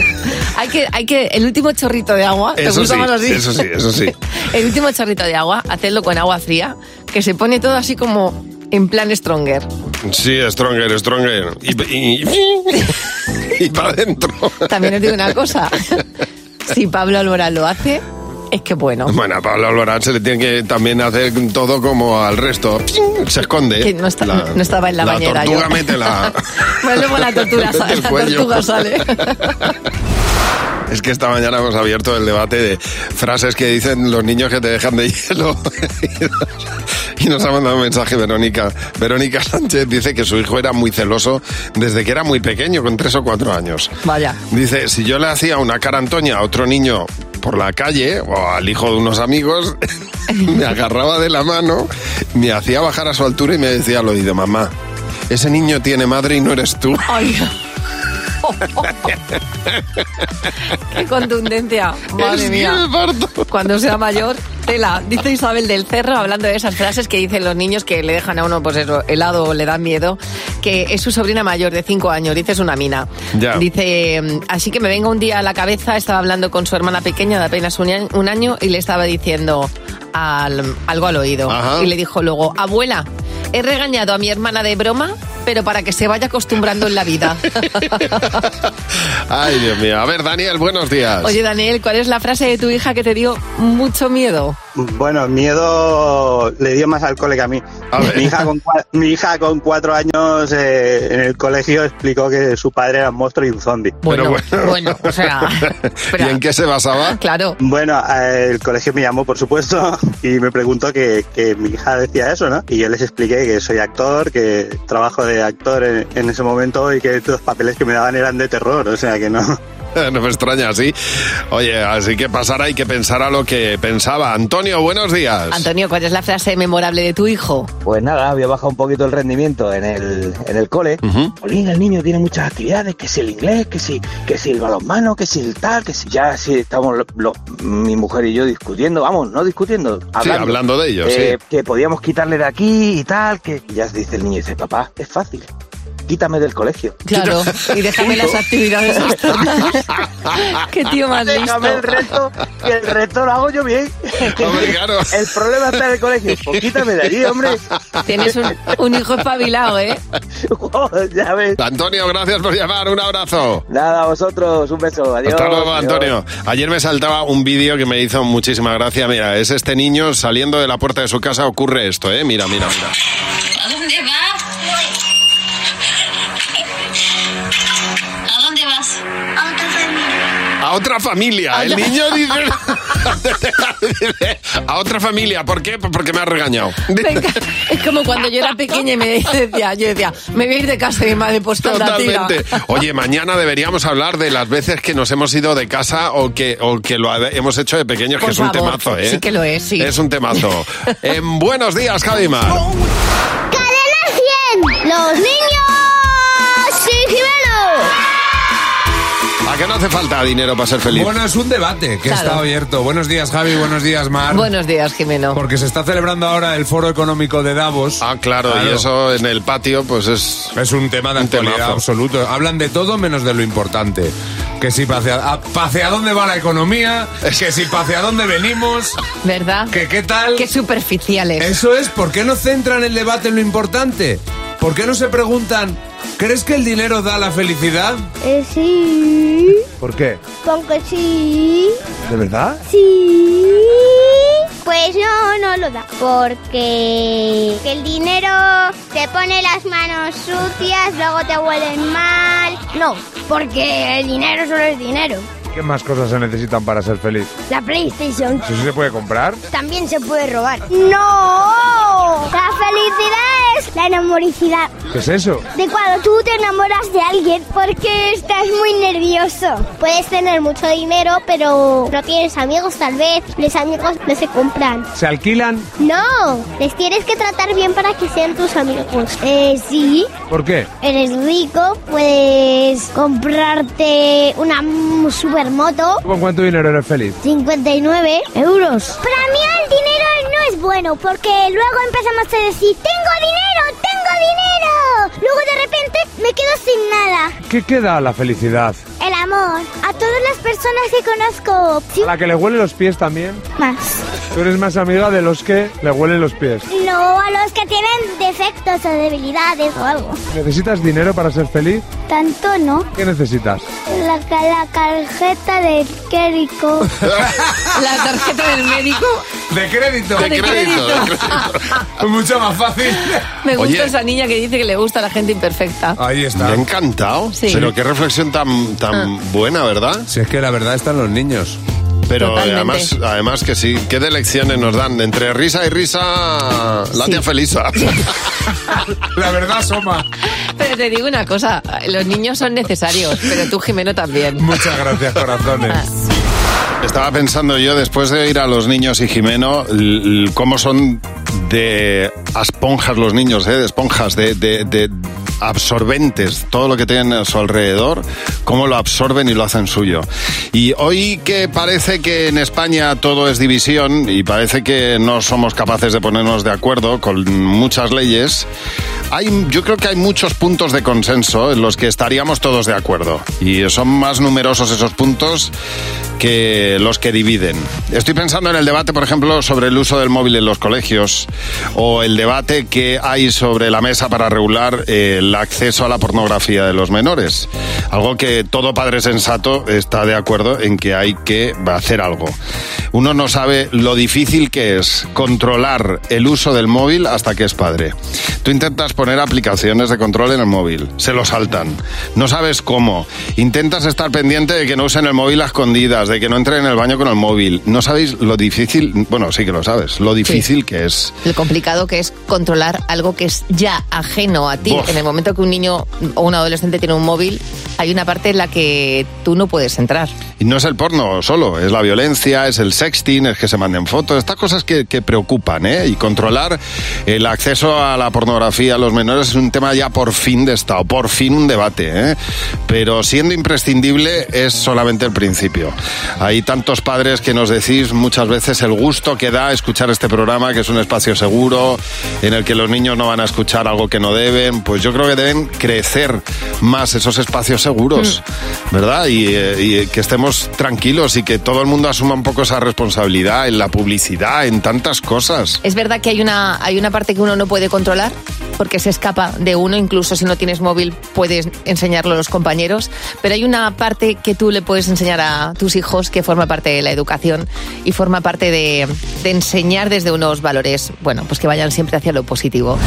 S4: Hay que, hay que, el último chorrito de agua, Ah, ¿te
S3: Eso
S4: gusta
S3: sí,
S4: más así?
S3: eso sí, eso sí.
S4: El último chorrito de agua, hacerlo con agua fría, que se pone todo así como en plan stronger.
S3: Sí, stronger, stronger. Y, y- y para adentro.
S4: También os digo una cosa. Si Pablo Alborán lo hace, es que bueno.
S3: Bueno, a Pablo Alborán se le tiene que también hacer todo como al resto. Se esconde.
S4: Que no, está- no estaba en la, bañera. yo.
S3: tortuga, métela.
S4: Bueno, luego la tortuga,
S3: Mete
S4: sale,
S3: el
S4: la
S3: cuello.
S4: tortuga sale.
S3: Es que esta mañana hemos abierto el debate de frases que dicen los niños que te dejan de hielo. y nos ha mandado un mensaje Verónica. Verónica Sánchez dice que su hijo era muy celoso desde que era muy pequeño, con tres o cuatro años.
S4: Vaya.
S3: Dice, si yo le hacía una cara a Antonia a otro niño por la calle o al hijo de unos amigos, me agarraba de la mano, me hacía bajar a su altura y me decía al oído, mamá, ese niño tiene madre y no eres tú.
S4: Qué contundencia. Madre
S3: Es
S4: mía. Cuando sea mayor, tela. Dice Isabel del Cerro, hablando de esas frases que dicen los niños que le dejan a uno pues eso, helado o le dan miedo, que es su sobrina mayor de 5 años. Dice, es una mina.
S3: Ya.
S4: Dice, mm, así que me venga un día a la cabeza, estaba hablando con su hermana pequeña de apenas un, año- un año y le estaba diciendo al- algo al oído.
S3: Ajá.
S4: Y le dijo luego, abuela, he regañado a mi hermana de broma, pero para que se vaya acostumbrando en la vida.
S3: Ay, Dios mío. A ver, Daniel, buenos días.
S4: Oye, Daniel, ¿cuál es la frase de tu hija que te dio mucho miedo?
S8: Bueno, miedo le dio más al cole que a mí. mi, hija con, cua- mi hija con cuatro años eh, en el colegio explicó que su padre era un monstruo y un zombie.
S4: Bueno, bueno, o sea...
S3: ¿Y en qué se basaba?
S4: Claro.
S8: Bueno, eh, el colegio me llamó, por supuesto, y me preguntó que, que mi hija decía eso, ¿no? Y yo les expliqué que soy actor, que trabajo de actor en, en ese momento y que los papeles que me daban eran de terror, o sea que no.
S3: No me extraña, sí. Oye, así que pasara y que pensara lo que pensaba. Antonio, buenos días.
S4: Antonio, ¿cuál es la frase memorable de tu hijo?
S9: Pues nada, había bajado un poquito el rendimiento en el, en el cole. Jolín, el niño tiene muchas actividades, que si el inglés, que si, que si el balonmano, que si el tal, que si ya si estamos lo- lo- mi mujer y yo discutiendo, vamos, no discutiendo, hablando,
S3: hablando de ello,
S9: Eh,
S3: sí.
S9: Que podíamos quitarle de aquí y tal, que y ya dice el niño, dice, papá, es fácil, quítame del colegio.
S4: Claro, y déjame las actividades externas. Qué tío más listo.
S9: Déjame el resto, que el resto lo hago yo bien.
S3: Hombre, claro.
S9: El problema está en el colegio, pues quítame de allí, hombre.
S4: Tienes un, un hijo espabilado, ¿eh?
S9: Oh, ya ves.
S3: Antonio, gracias por llamar. Un abrazo.
S9: Nada, a vosotros, un beso, adiós.
S3: Hasta luego,
S9: adiós.
S3: Antonio. Ayer me saltaba un vídeo que me hizo muchísima gracia. Mira, es este niño saliendo de la puerta de su casa. Ocurre esto, ¿eh? Mira, mira, mira.
S10: ¿A dónde vas? ¿A dónde vas? A otra familia.
S3: A otra familia. El niño dice... dice, A otra familia. ¿Por qué? Pues porque me ha regañado.
S4: Venga, es como cuando yo era pequeña y me decía, yo decía, me voy a ir de casa de mi madre, pues anda, tira.
S3: Totalmente. Oye, mañana deberíamos hablar de las veces que nos hemos ido de casa o que, o que lo ha- hemos hecho de pequeños,
S4: Por
S3: que es un
S4: favor,
S3: temazo, ¿eh?
S4: sí que lo es, sí.
S3: Es un temazo. en buenos días, Javimar.
S10: ¡Cadena 100! ¡Los niños! ¡Sí,
S3: ¿A qué no hace falta dinero para ser feliz?
S25: Bueno, es un debate que
S4: Claro.
S25: está abierto. Buenos días, Javi. Buenos días, Mar.
S4: Buenos días, Jimeno.
S25: Porque se está celebrando ahora el Foro Económico de Davos.
S3: Ah, claro, y eso en el patio, pues es.
S25: Es un tema de actualidad
S3: temazo.
S25: absoluto. Hablan de todo menos de lo importante. Que si pasear hacia dónde va la economía, que si hacia dónde venimos.
S4: ¿Verdad?
S25: ¿Qué, ¿Qué tal?
S4: Qué superficiales.
S25: Eso es, ¿por qué no centran el debate en lo importante? ¿Por qué no se preguntan, ¿crees que el dinero da la felicidad?
S10: Eh, sí.
S25: ¿Por qué?
S10: Con que sí.
S25: ¿De verdad?
S10: Sí. Pues no, no lo da. Porque el dinero te pone las manos sucias, luego te huelen mal. No, porque el dinero solo es dinero.
S11: ¿Qué más cosas se necesitan para ser feliz?
S10: La PlayStation
S11: ¿Eso sí se puede comprar?
S10: también se puede robar. ¡No! La felicidad es la enamoricidad.
S11: ¿Qué es eso?
S10: De cuando tú te enamoras de alguien porque estás muy nervioso. Puedes tener mucho dinero, pero no tienes amigos tal vez. Los amigos no se compran.
S11: ¿Se alquilan?
S10: No, les tienes que tratar bien para que sean tus amigos. Eh, sí.
S11: ¿Por qué?
S10: Eres rico, puedes comprarte una mm, supermoto.
S11: ¿Con cuánto dinero eres feliz?
S10: 59 euros. Para mí el dinero no es bueno porque luego empezamos a decir, tengo dinero, tengo dinero. Luego de repente me quedo sin nada.
S11: ¿Qué queda la felicidad?
S10: El amor. A todas las personas que conozco.
S11: ¿A la que le huelen los pies también?
S10: Más.
S11: Tú eres más amiga de los que le huelen los pies.
S10: No, a los que tienen defectos o debilidades o algo.
S11: ¿Necesitas dinero para ser feliz?
S10: Tanto no.
S11: ¿Qué necesitas?
S10: La, ca- la tarjeta del Kérico.
S4: La tarjeta del médico.
S25: De crédito.
S4: Ah, de crédito.
S25: Mucho más fácil.
S4: Me gusta
S3: Oye.
S4: esa niña que dice que le gusta la gente imperfecta.
S25: Ahí está.
S3: Me ha encantado.
S4: Sí.
S3: Pero qué reflexión tan, tan buena, ¿verdad?
S25: Si es que la verdad están los niños.
S3: Pero eh,
S25: Totalmente.
S3: además, además que sí, qué de lecciones nos dan. Entre risa y risa, la tía Felisa.
S25: la verdad soma.
S4: Pero te digo una cosa, los niños son necesarios, pero tú, Jimeno, también.
S25: Muchas gracias, corazones.
S3: Estaba pensando yo, después de ir a los niños y Jimeno, l- l- cómo son de esponjas los niños, ¿eh? de esponjas, de, de- de absorbentes, todo lo que tienen a su alrededor, cómo lo absorben y lo hacen suyo. Y hoy que parece que en España todo es división y parece que no somos capaces de ponernos de acuerdo con muchas leyes, hay, yo creo que hay muchos puntos de consenso en los que estaríamos todos de acuerdo. Y son más numerosos esos puntos que los que dividen. Estoy pensando en el debate, por ejemplo, sobre el uso del móvil en los colegios o el debate que hay sobre la mesa para regular eh, el acceso a la pornografía de los menores. Algo que todo padre sensato está de acuerdo en que hay que hacer algo. Uno no sabe lo difícil que es controlar el uso del móvil hasta que es padre. Tú intentas poner aplicaciones de control en el móvil, se lo saltan. No sabes cómo. Intentas estar pendiente de que no usen el móvil a escondidas, de que no entren en el baño con el móvil. No sabéis lo difícil, bueno, sí que lo sabes, lo difícil que es.
S4: Lo complicado que es controlar algo que es ya ajeno a ti.
S3: Buf.
S4: En el momento que un niño o un adolescente tiene un móvil, hay una parte en la que tú no puedes entrar.
S3: Y no es el porno solo, es la violencia, es el sexting, es que se manden fotos, estas cosas que, que preocupan, ¿eh? Y controlar el acceso a la pornografía a los menores es un tema ya por fin de Estado, por fin un debate, ¿eh? Pero siendo imprescindible es solamente el principio. Hay tantos padres que nos decís muchas veces el gusto que da escuchar este programa, que es un espacio seguro, en el que los niños no van a escuchar algo que no deben, pues yo creo que deben crecer más esos espacios seguros, ¿verdad? Y, eh, y, eh, que estemos tranquilos y que todo el mundo asuma un poco esa responsabilidad en la publicidad, en tantas cosas.
S4: Es verdad que hay una, hay una parte que uno no puede controlar porque se escapa de uno, incluso si no tienes móvil puedes enseñarlo a los compañeros, pero hay una parte que tú le puedes enseñar a tus hijos que forma parte de la educación y forma parte de, de enseñar desde unos valores, bueno, pues que vayan siempre hacia lo positivo.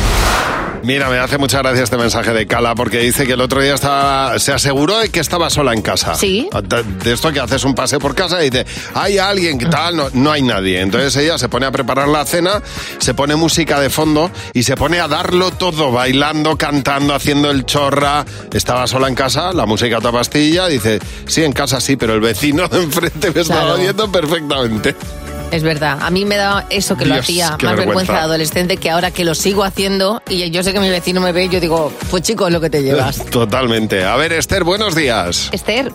S3: Mira, me hace mucha gracia este mensaje de Cala porque dice que el otro día estaba, se aseguró de que estaba sola en casa.
S4: Sí.
S3: De, de esto que haces un paseo por casa y dice, hay alguien que tal, no, no hay nadie. Entonces ella se pone a preparar la cena, se pone música de fondo y se pone a darlo todo, bailando, cantando, haciendo el chorra. Estaba sola en casa, la música a toda pastilla, dice, sí, en casa sí, pero el vecino de enfrente me estaba
S4: Claro.
S3: oyendo perfectamente.
S4: Es verdad, a mí me da eso que lo
S3: Dios,
S4: hacía
S3: qué
S4: más
S3: vergüenza.
S4: vergüenza de adolescente que ahora que lo sigo haciendo y yo sé que mi vecino me ve y yo digo, pues chico, es lo que te llevas.
S3: Totalmente. A ver, Esther, buenos días.
S4: Esther,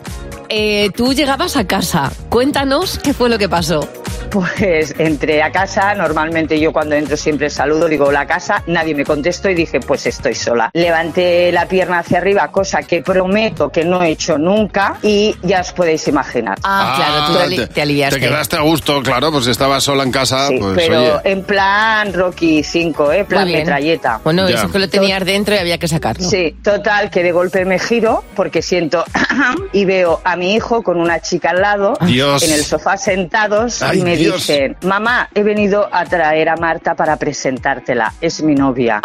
S4: eh, tú llegabas a casa, cuéntanos qué fue lo que pasó.
S12: Pues entré a casa, normalmente yo cuando entro siempre saludo, digo la casa, nadie me contestó y dije pues estoy sola. Levanté la pierna hacia arriba, cosa que prometo que no he hecho nunca y ya os podéis imaginar.
S3: Ah, aliviaste. Te quedaste a gusto, claro, pues si estabas sola en casa,
S12: Sí,
S3: pues
S12: pero eh,
S3: oye.
S12: en plan Rocky 5, ¿eh? plan
S4: Muy bien.
S12: metralleta.
S4: Bueno, Ya. eso es que lo tenías dentro y había que sacarlo.
S12: Sí, total, que de golpe me giro porque siento y veo a mi hijo con una chica al lado
S3: Ah. Dios.
S12: en el sofá sentados
S3: Ay,
S12: y me
S3: Dios.
S12: dicen, mamá, he venido a traer a Marta para presentártela, es mi novia.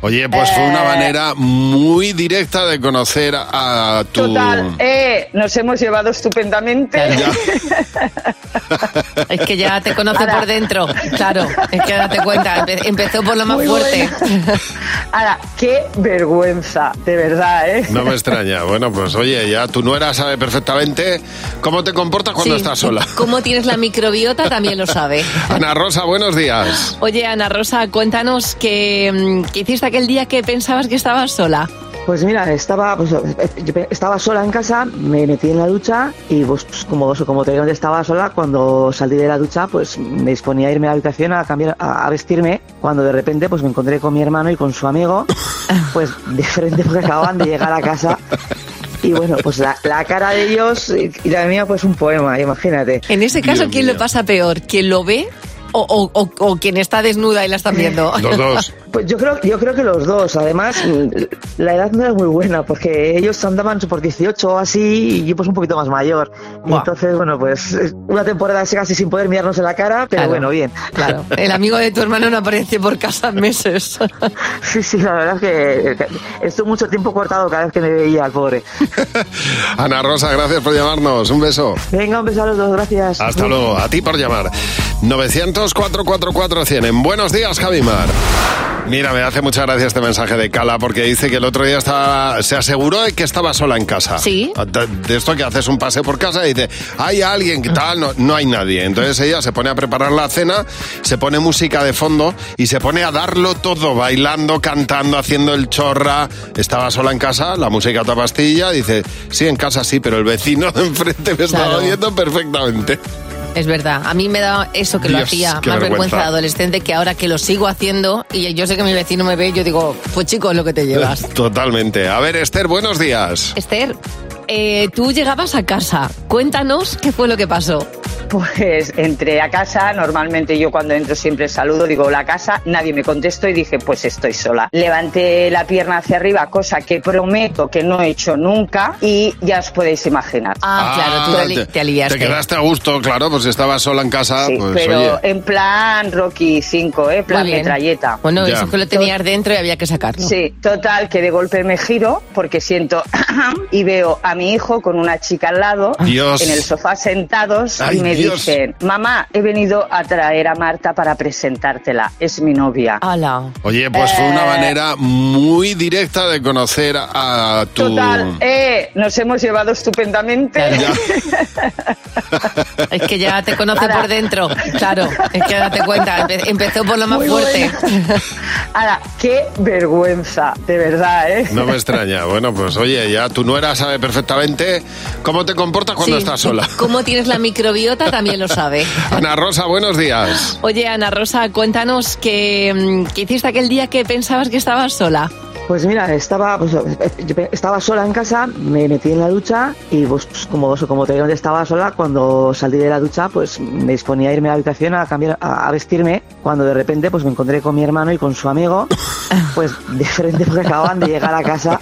S3: Oye, pues fue una
S12: Eh.
S3: manera muy directa de conocer a tu...
S12: Total, eh, nos hemos llevado estupendamente.
S4: Es que ya te conoce por dentro, claro, es que date cuenta, empe- empezó por lo más
S12: Muy
S4: fuerte.
S12: Ahora, qué vergüenza, de verdad, ¿eh?
S3: No me extraña. Bueno, pues oye, ya tu nuera sabe eh, perfectamente cómo te comportas cuando
S4: Sí.
S3: estás sola.
S4: Cómo tienes la microbiota también lo sabe.
S3: Ana Rosa, buenos días.
S4: Oye, Ana Rosa, cuéntanos qué, mm, qué hiciste aquel día que pensabas que estabas sola.
S14: Pues mira, estaba, pues, eh, yo pe- estaba sola en casa, me metí en la ducha y pues como, como te digo, estaba sola, cuando salí de la ducha pues me disponía a irme a la habitación a cambiar, a, a vestirme, cuando de repente pues me encontré con mi hermano y con su amigo, pues de frente porque acababan de llegar a casa y bueno, pues la, la cara de ellos y la mía pues un poema, imagínate.
S4: En ese caso, ¿quién lo pasa peor? ¿Quién lo ve o, o- o- o quien está desnuda y la están viendo?
S14: Pues yo creo, yo creo que los dos. Además, mm, la edad no es muy buena porque ellos andaban por 18 o así y yo pues un poquito más mayor. Entonces, bueno, pues eh, una temporada así casi sin poder mirarnos en la cara, pero
S4: Claro.
S14: bueno, bien.
S4: Claro. El amigo de tu hermano no aparece por casa en meses.
S14: Sí, sí, la verdad es que eh, estuve mucho tiempo cortado cada vez que me veía, el pobre.
S3: Ana Rosa, gracias por llamarnos. Un beso.
S14: Venga, un beso a los dos, gracias.
S3: Hasta luego. A ti por llamar. 900-444-100. En Buenos días, Javimar. Mira, me hace mucha gracia este mensaje de Cala porque dice que el otro día estaba, se aseguró de que estaba sola en casa.
S4: Sí.
S3: De, de esto que haces un paseo por casa y dice, hay alguien que tal, no, no hay nadie. Entonces ella se pone a preparar la cena, se pone música de fondo y se pone a darlo todo, bailando, cantando, haciendo el chorra. Estaba sola en casa, la música a toda pastilla, dice, sí, en casa sí, pero el vecino de enfrente me estaba
S4: Claro.
S3: oyendo perfectamente.
S4: Es verdad, a mí me da eso que lo
S3: Dios,
S4: hacía más
S3: qué vergüenza.
S4: vergüenza adolescente que ahora que lo sigo haciendo y yo sé que mi vecino me ve y yo digo, pues chico, lo que te llevas.
S3: Totalmente. A ver, Esther, buenos días.
S4: Esther, eh, tú llegabas a casa, cuéntanos qué fue lo que pasó.
S12: Pues entré a casa, normalmente yo cuando entro siempre saludo, digo la casa, nadie me contestó y dije pues estoy sola. Levanté la pierna hacia arriba, cosa que prometo que no he hecho nunca y ya os podéis imaginar.
S4: Ah, claro, tú te ali- te aliviaste.
S3: Te quedaste a gusto, claro, pues si estabas sola en casa, pues
S12: Pero
S3: oye.
S4: eh,
S12: en plan Rocky 5, ¿eh? plan
S4: Muy bien.
S12: metralleta.
S4: Bueno, eso que lo tenías dentro y había que sacarlo.
S12: Sí, total, que de golpe me giro porque siento y veo a mi hijo con una chica al lado
S3: Ah. Dios.
S12: en el sofá sentados
S3: Ay,
S12: y me
S3: Dios.
S12: dicen, mamá, he venido a traer a Marta para presentártela, es mi novia.
S3: Oye, pues fue una
S12: Eh.
S3: manera muy directa de conocer a tu.
S12: Total, eh, nos hemos llevado estupendamente.
S4: Es que ya te conoce por dentro, claro, es que date cuenta, empe- empezó por lo más
S12: Muy
S4: fuerte.
S12: Ahora, qué vergüenza, de verdad, ¿eh?
S3: No me extraña. Bueno, pues oye, ya tu nuera sabe eh, perfectamente cómo te comportas cuando
S4: Sí.
S3: estás sola.
S4: Cómo tienes la microbiota también lo sabe.
S3: Ana Rosa, buenos días.
S4: Oye, Ana Rosa, cuéntanos que, mm, qué hiciste aquel día que pensabas que estabas sola.
S14: Pues mira, estaba, pues, eh, yo pe- estaba sola en casa, me metí en la ducha y pues como, como te digo, estaba sola, cuando salí de la ducha pues me disponía a irme a la habitación a cambiar, a, a vestirme, cuando de repente pues me encontré con mi hermano y con su amigo, pues de frente porque acababan de llegar a casa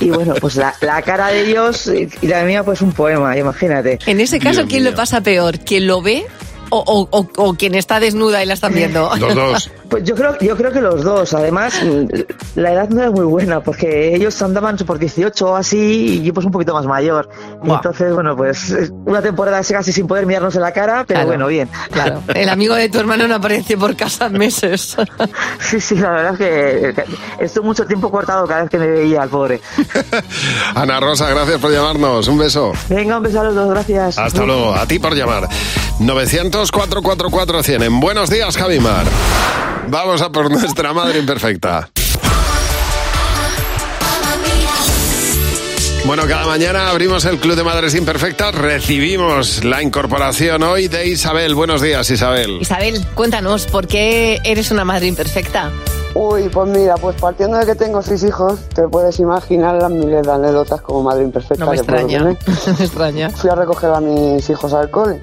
S14: y bueno, pues la, la cara de ellos y y la mía pues un poema, imagínate.
S4: En ese caso, ¿quién lo pasa peor? ¿Quién lo ve o, o- o- o quien está desnuda y la están viendo?
S14: Pues yo creo, yo creo que los dos. Además, mm, la edad no es muy buena porque ellos andaban por 18 o así y yo pues un poquito más mayor. Entonces, bueno, pues eh, una temporada así casi sin poder mirarnos en la cara, pero
S4: Claro.
S14: bueno, bien.
S4: Claro. El amigo de tu hermano no aparece por casa en meses.
S14: Sí, sí, la verdad es que eh, estuve mucho tiempo cortado cada vez que me veía, el pobre.
S3: Ana Rosa, gracias por llamarnos. Un beso.
S14: Venga, un beso a los dos, gracias.
S3: Hasta luego. A ti por llamar. 900-444-100. En Buenos días, Javimar. Vamos a por nuestra madre imperfecta. Bueno, cada mañana abrimos el Club de Madres Imperfectas. Recibimos la incorporación hoy de Isabel. Buenos días, Isabel.
S4: Isabel, cuéntanos, ¿por qué eres una madre imperfecta?
S15: Uy, pues mira, pues partiendo de que tengo seis hijos, te puedes imaginar las miles de anécdotas como madre imperfecta
S4: No me
S15: que puedo
S4: extraña,
S15: tener.
S4: no me extraña.
S15: Fui a recoger a mis hijos al cole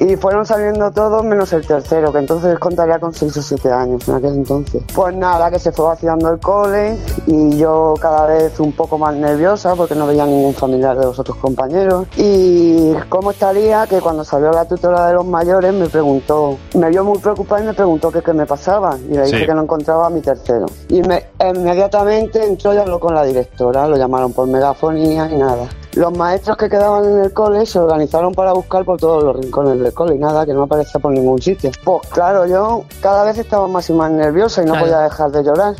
S15: y fueron saliendo todos menos el tercero, que entonces contaría con seis o siete años en aquel entonces. Pues nada, que se fue vaciando el cole y yo cada vez un poco más nerviosa porque no veía ningún familiar de los otros compañeros. Y cómo estaría que cuando salió la tutora de los mayores me preguntó, me vio muy preocupada y me preguntó qué, qué me pasaba y le dije
S16: Sí.
S15: que no encontraba a mi tercero. Y me- inmediatamente entró y habló con la directora, lo llamaron por megafonía y nada. Los maestros que quedaban en el cole se organizaron para buscar por todos los rincones del cole y nada, que no aparecía por ningún sitio. Pues claro, yo cada vez estaba más y más nerviosa y no
S16: Claro.
S15: podía dejar de llorar.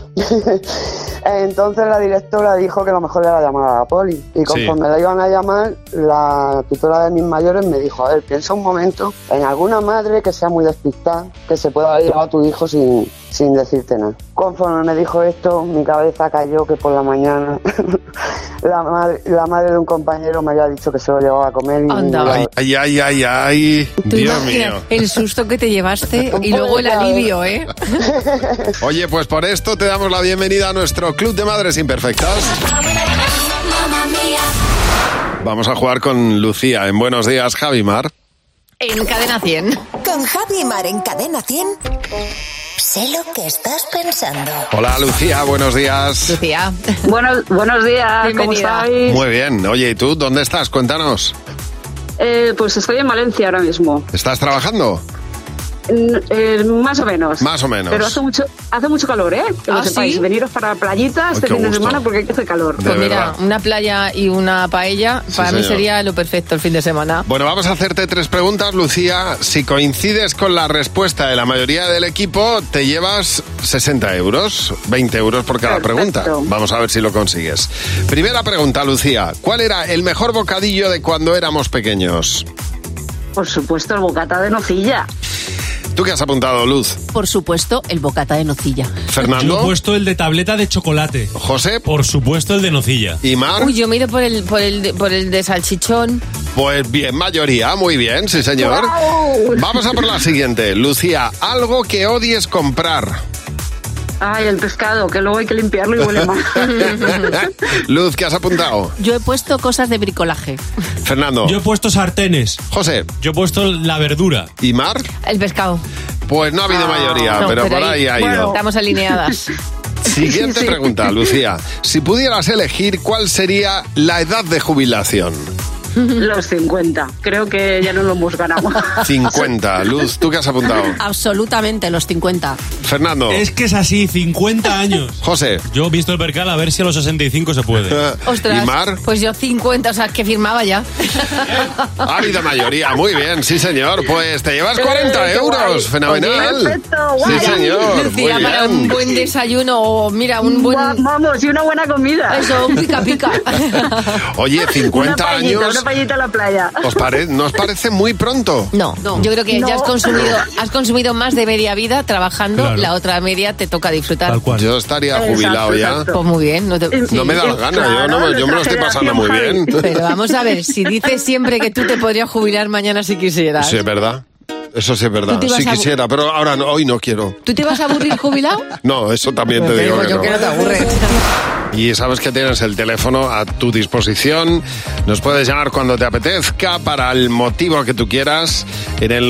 S15: Entonces la directora dijo que lo mejor era llamar a la poli. Y
S16: Sí.
S15: conforme la iban a llamar, la tutora de mis mayores me dijo, a ver, piensa un momento en alguna madre que sea muy despistada, que se pueda ir a tu hijo sin, sin decirte nada. Conforme me dijo esto, mi cabeza cayó que por la mañana la, madre, la madre de un compañero me había dicho que se lo llevaba a comer y
S3: Ay, ay, ay, ay, ay.
S4: Tú
S3: Dios
S4: imaginas
S3: mío.
S4: el susto que te llevaste y luego el alivio, ¿eh?
S3: Oye, pues por esto te damos la bienvenida a nuestro Club de Madres Imperfectas. Vamos a jugar con Lucía. En Buenos días, Javimar.
S4: En Cadena 100.
S6: Con Javi y Mar en Cadena 100. Sé lo que estás pensando.
S3: Hola Lucía, buenos días.
S4: Lucía.
S16: Buenos, buenos días, ¿cómo
S4: Bienvenida.
S16: estáis?
S3: Muy bien. Oye, ¿y tú dónde estás? Cuéntanos.
S16: Eh, pues estoy en Valencia ahora mismo.
S3: ¿Estás trabajando?
S16: N- eh, más o menos.
S3: Más o menos.
S16: Pero hace mucho, hace mucho calor, ¿eh? Que lo
S4: Ah,
S16: sepáis.
S4: ¿sí?
S16: Veniros para playitas
S3: Ay,
S16: este
S3: qué
S16: fin de
S3: gusto.
S16: semana porque aquí hace calor.
S3: De
S4: Pues mira,
S3: verdad.
S4: una playa y una paella para mí
S3: señor.
S4: sería lo perfecto el fin de semana.
S3: Bueno, vamos a hacerte tres preguntas, Lucía. Si coincides con la respuesta de la mayoría del equipo, te llevas 60 euros, 20 euros por cada pregunta. Vamos a ver si lo consigues. Primera pregunta, Lucía. ¿Cuál era el mejor bocadillo de cuando éramos pequeños?
S4: mm.
S16: Por supuesto, el bocata de nocilla.
S3: ¿Tú qué has apuntado, Luz?
S4: Por supuesto, el bocata de nocilla.
S2: Yo he
S3: ¿Fernando?
S2: puesto el de tableta de chocolate.
S3: José.
S2: Por supuesto el de nocilla.
S3: ¿Y Mar?
S4: Uy, yo me he ido por el, por el, de- por el de salchichón.
S3: Pues bien, mayoría, muy bien, sí señor. Vamos a por la siguiente. Lucía, algo que odies comprar.
S16: Ay, el pescado, que luego hay que limpiarlo y huele mal.
S3: Luz, ¿qué has apuntado?
S4: Yo he puesto cosas de bricolaje.
S3: Fernando.
S2: Yo he puesto sartenes.
S3: José.
S2: Yo he puesto la verdura.
S3: ¿Y Mar?
S4: El pescado.
S3: Pues no ha habido mayoría,
S4: Ah, No,
S3: pero, por ahí, ha
S4: bueno,
S3: ido.
S4: Estamos alineadas.
S3: Siguiente
S4: Sí.
S3: pregunta, Lucía. Si pudieras elegir, ¿cuál sería la edad de jubilación?
S16: Los 50. Creo que ya no lo hemos ganado.
S3: 50. Luz, ¿tú qué has apuntado?
S4: Absolutamente, los 50.
S3: Fernando.
S2: Es que es así, 50 años.
S3: José.
S2: Yo he visto el percal a ver si a los 65 se puede.
S4: Ostras, pues yo 50, o sea, que firmaba ya.
S3: Ha habido mayoría, muy bien, sí señor. Pues te llevas 40
S4: Eh, qué
S3: euros,
S4: guay.
S3: fenomenal.
S4: Oye, perfecto,
S3: sí
S4: guay.
S3: señor, muy
S4: Lucía, para un
S3: bien.
S4: buen desayuno o mira, un buen...
S16: Vamos, y una buena comida.
S4: Eso, un pica pica.
S3: Oye, 50
S16: una paellita,
S3: años,
S16: Una paellita a la playa.
S3: ¿os pare- ¿nos parece muy pronto?
S4: No, yo creo que
S16: No.
S4: ya has consumido, has consumido más de media vida trabajando,
S3: Claro.
S4: la otra media te toca disfrutar.
S3: Yo estaría
S4: Exacto,
S3: jubilado ya.
S4: exacto. Pues muy bien. No, te- sí.
S3: No me da la gana, yo, no me- yo me lo estoy pasando muy bien.
S4: Pero vamos a ver, si dices siempre que tú te podrías jubilar mañana si quisieras.
S3: Sí, es verdad. Eso sí es verdad.
S4: Tú te ibas
S3: Sí
S4: a-
S3: quisiera, pero ahora no, hoy no quiero.
S4: ¿Tú te vas a aburrir jubilado?
S3: No, eso
S4: Pues
S3: también te digo que no.
S4: te aburres.
S3: Y sabes que tienes el teléfono a tu disposición. Nos puedes llamar cuando te apetezca para el motivo que tú quieras en el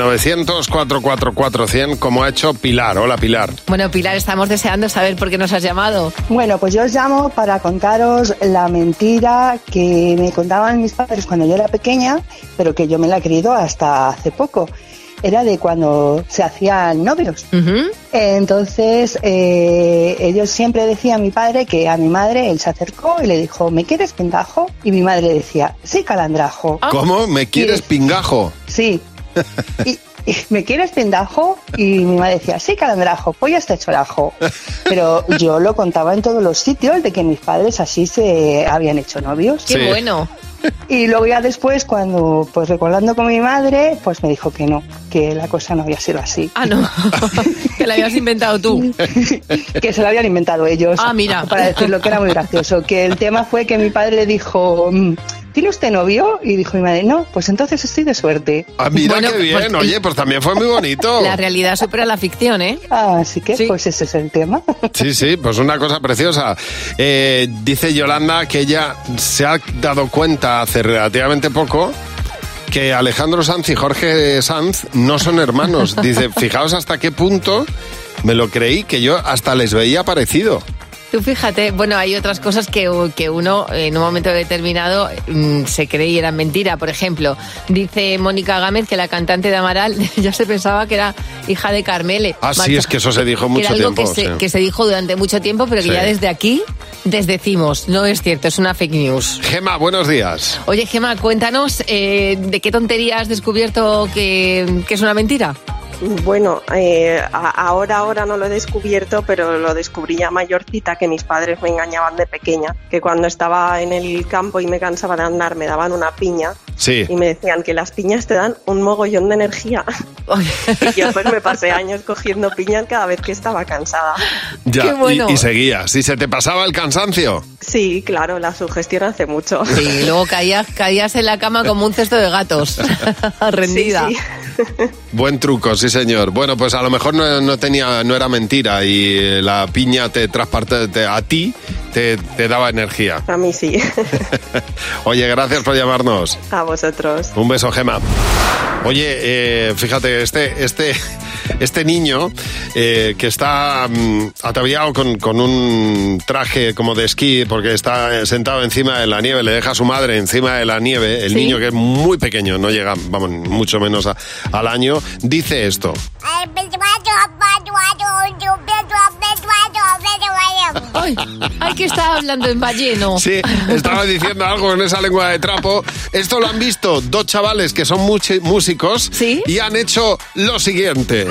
S3: 900-444-100 como ha hecho Pilar. Hola Pilar.
S4: Bueno, Pilar, estamos deseando saber por qué nos has llamado.
S17: Bueno, pues yo os llamo para contaros la mentira que me contaban mis padres cuando yo era pequeña, pero que yo me la he creído hasta hace poco. Era de cuando se hacían novios. Entonces, eh, ellos siempre decían a mi padre que a mi madre él se acercó y le dijo, ¿me quieres pingajo? Y mi madre decía, sí, calandrajo.
S4: Ah.
S3: ¿Cómo? ¿Me quieres pingajo?
S17: Sí. Y, y, ¿Me quieres pendajo? Y mi madre decía, sí, calandrajo, pollo hasta chorajo. Pero yo lo contaba en todos los sitios de que mis padres así se habían hecho novios.
S4: Qué bueno.
S17: Y luego ya después, cuando, pues recordando con mi madre, pues me dijo que no, que la cosa no había sido así.
S4: Ah, no. que la habías inventado tú.
S17: que se lo habían inventado ellos.
S4: Ah, mira.
S17: Para decirlo que era muy gracioso. Que el tema fue que mi padre le dijo, mm, ¿tiene usted novio? Y dijo mi madre, no, pues entonces estoy de suerte.
S3: Ah, mira
S17: Bueno,
S3: qué bien.
S17: pues-
S3: Oye, pues también fue muy bonito.
S4: La realidad supera la ficción, ¿eh?
S17: Así que, pues ese es el tema.
S3: Sí, sí, pues una cosa preciosa. Eh, dice Yolanda que ella se ha dado cuenta hace relativamente poco que Alejandro Sanz y Jorge Sanz no son hermanos. Dice, fijaos hasta qué punto me lo creí, que yo hasta les veía parecido.
S4: Tú fíjate, bueno, hay otras cosas que, que uno en un momento determinado mm, se cree y eran mentira. Por ejemplo, dice Mónica Gámez que la cantante de Amaral ya se pensaba que era hija de Carmele.
S3: Ah, sí,
S4: Macho.
S3: es que eso se dijo
S4: Que
S3: mucho
S4: era algo
S3: tiempo.
S4: que, se,
S3: sí.
S4: que se dijo durante mucho tiempo, pero que
S3: Sí.
S4: ya desde aquí desdecimos. No es cierto, es una fake news.
S3: Gema, buenos días.
S4: Oye, Gemma, cuéntanos eh, de qué tontería has descubierto que, que es una mentira.
S18: Bueno, eh, a- ahora ahora no lo he descubierto, pero lo descubrí ya mayorcita que mis padres me engañaban de pequeña, que cuando estaba en el campo y me cansaba de andar me daban una piña
S3: Sí.
S18: y me decían que las piñas te dan un mogollón de energía. y yo pues me pasé años cogiendo piñas cada vez que estaba cansada.
S3: Ya,
S18: Qué
S3: y-
S18: bueno.
S3: y, seguías. ¿Y se te pasaba el cansancio?
S18: Sí, claro, la sugestión hace mucho.
S4: Sí, luego caías, caías en la cama como un cesto de gatos, rendida.
S3: Buen truco, sí señor. Bueno, pues a lo mejor no, no tenía, no era mentira y eh, la piña te trasparte te- a ti te, te daba energía.
S7: A mí sí,
S3: Oye, gracias por llamarnos.
S7: a vosotros.
S3: Un beso, Gema. Oye, eh, fíjate, este, este, este niño eh, que está mm, ataviado con, con un traje como de esquí porque está sentado encima de la nieve, le deja a su madre encima de la nieve, el
S18: Sí.
S3: niño que es muy pequeño, no llega, vamos, mucho menos a- al año, dice esto.
S4: Ay, ay, que estaba hablando en balleno.
S3: Sí, estaba diciendo algo con esa lengua de trapo. Esto lo han visto dos chavales que son muchi- músicos y han hecho lo siguiente.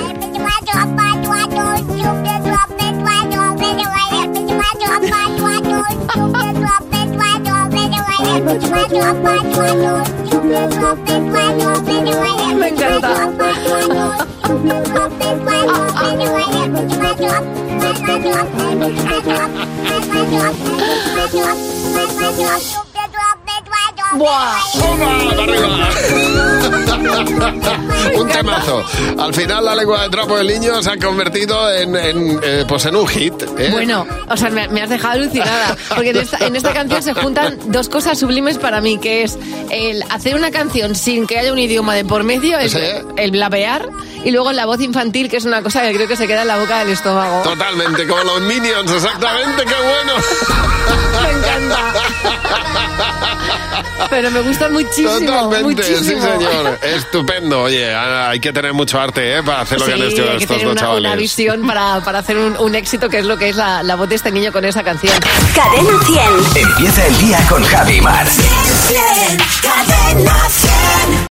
S18: Me encanta.
S4: ¡Buah!
S3: ¡Toma! Un temazo. Al final la lengua de trapo del niño se ha convertido en, en, eh, pues en un hit. ¿eh?
S4: Bueno, o sea, me, me has dejado alucinada, porque en esta, en esta canción se juntan dos cosas sublimes para mí, que es el hacer una canción sin que haya un idioma de por medio, el,
S3: Sí.
S4: el blapear, y luego la voz infantil, que es una cosa que creo que se queda en la boca del estómago.
S3: Totalmente, como los Minions, exactamente, qué bueno.
S4: Me encanta. Pero me gusta muchísimo,
S3: Totalmente, sí
S4: muchísimo.
S3: señor. Estupendo. Oye, Ana, hay que tener mucho arte ¿eh? para hacer lo que
S4: Sí,
S3: han hecho
S4: hay que
S3: estos
S4: tener una,
S3: dos
S4: una
S3: chavales.
S4: visión para, para hacer un, un éxito, que es lo que es la, la voz de este niño con esa canción.
S26: Cadena 100.
S9: Empieza el día con Javi Mar.
S26: Cadena 100.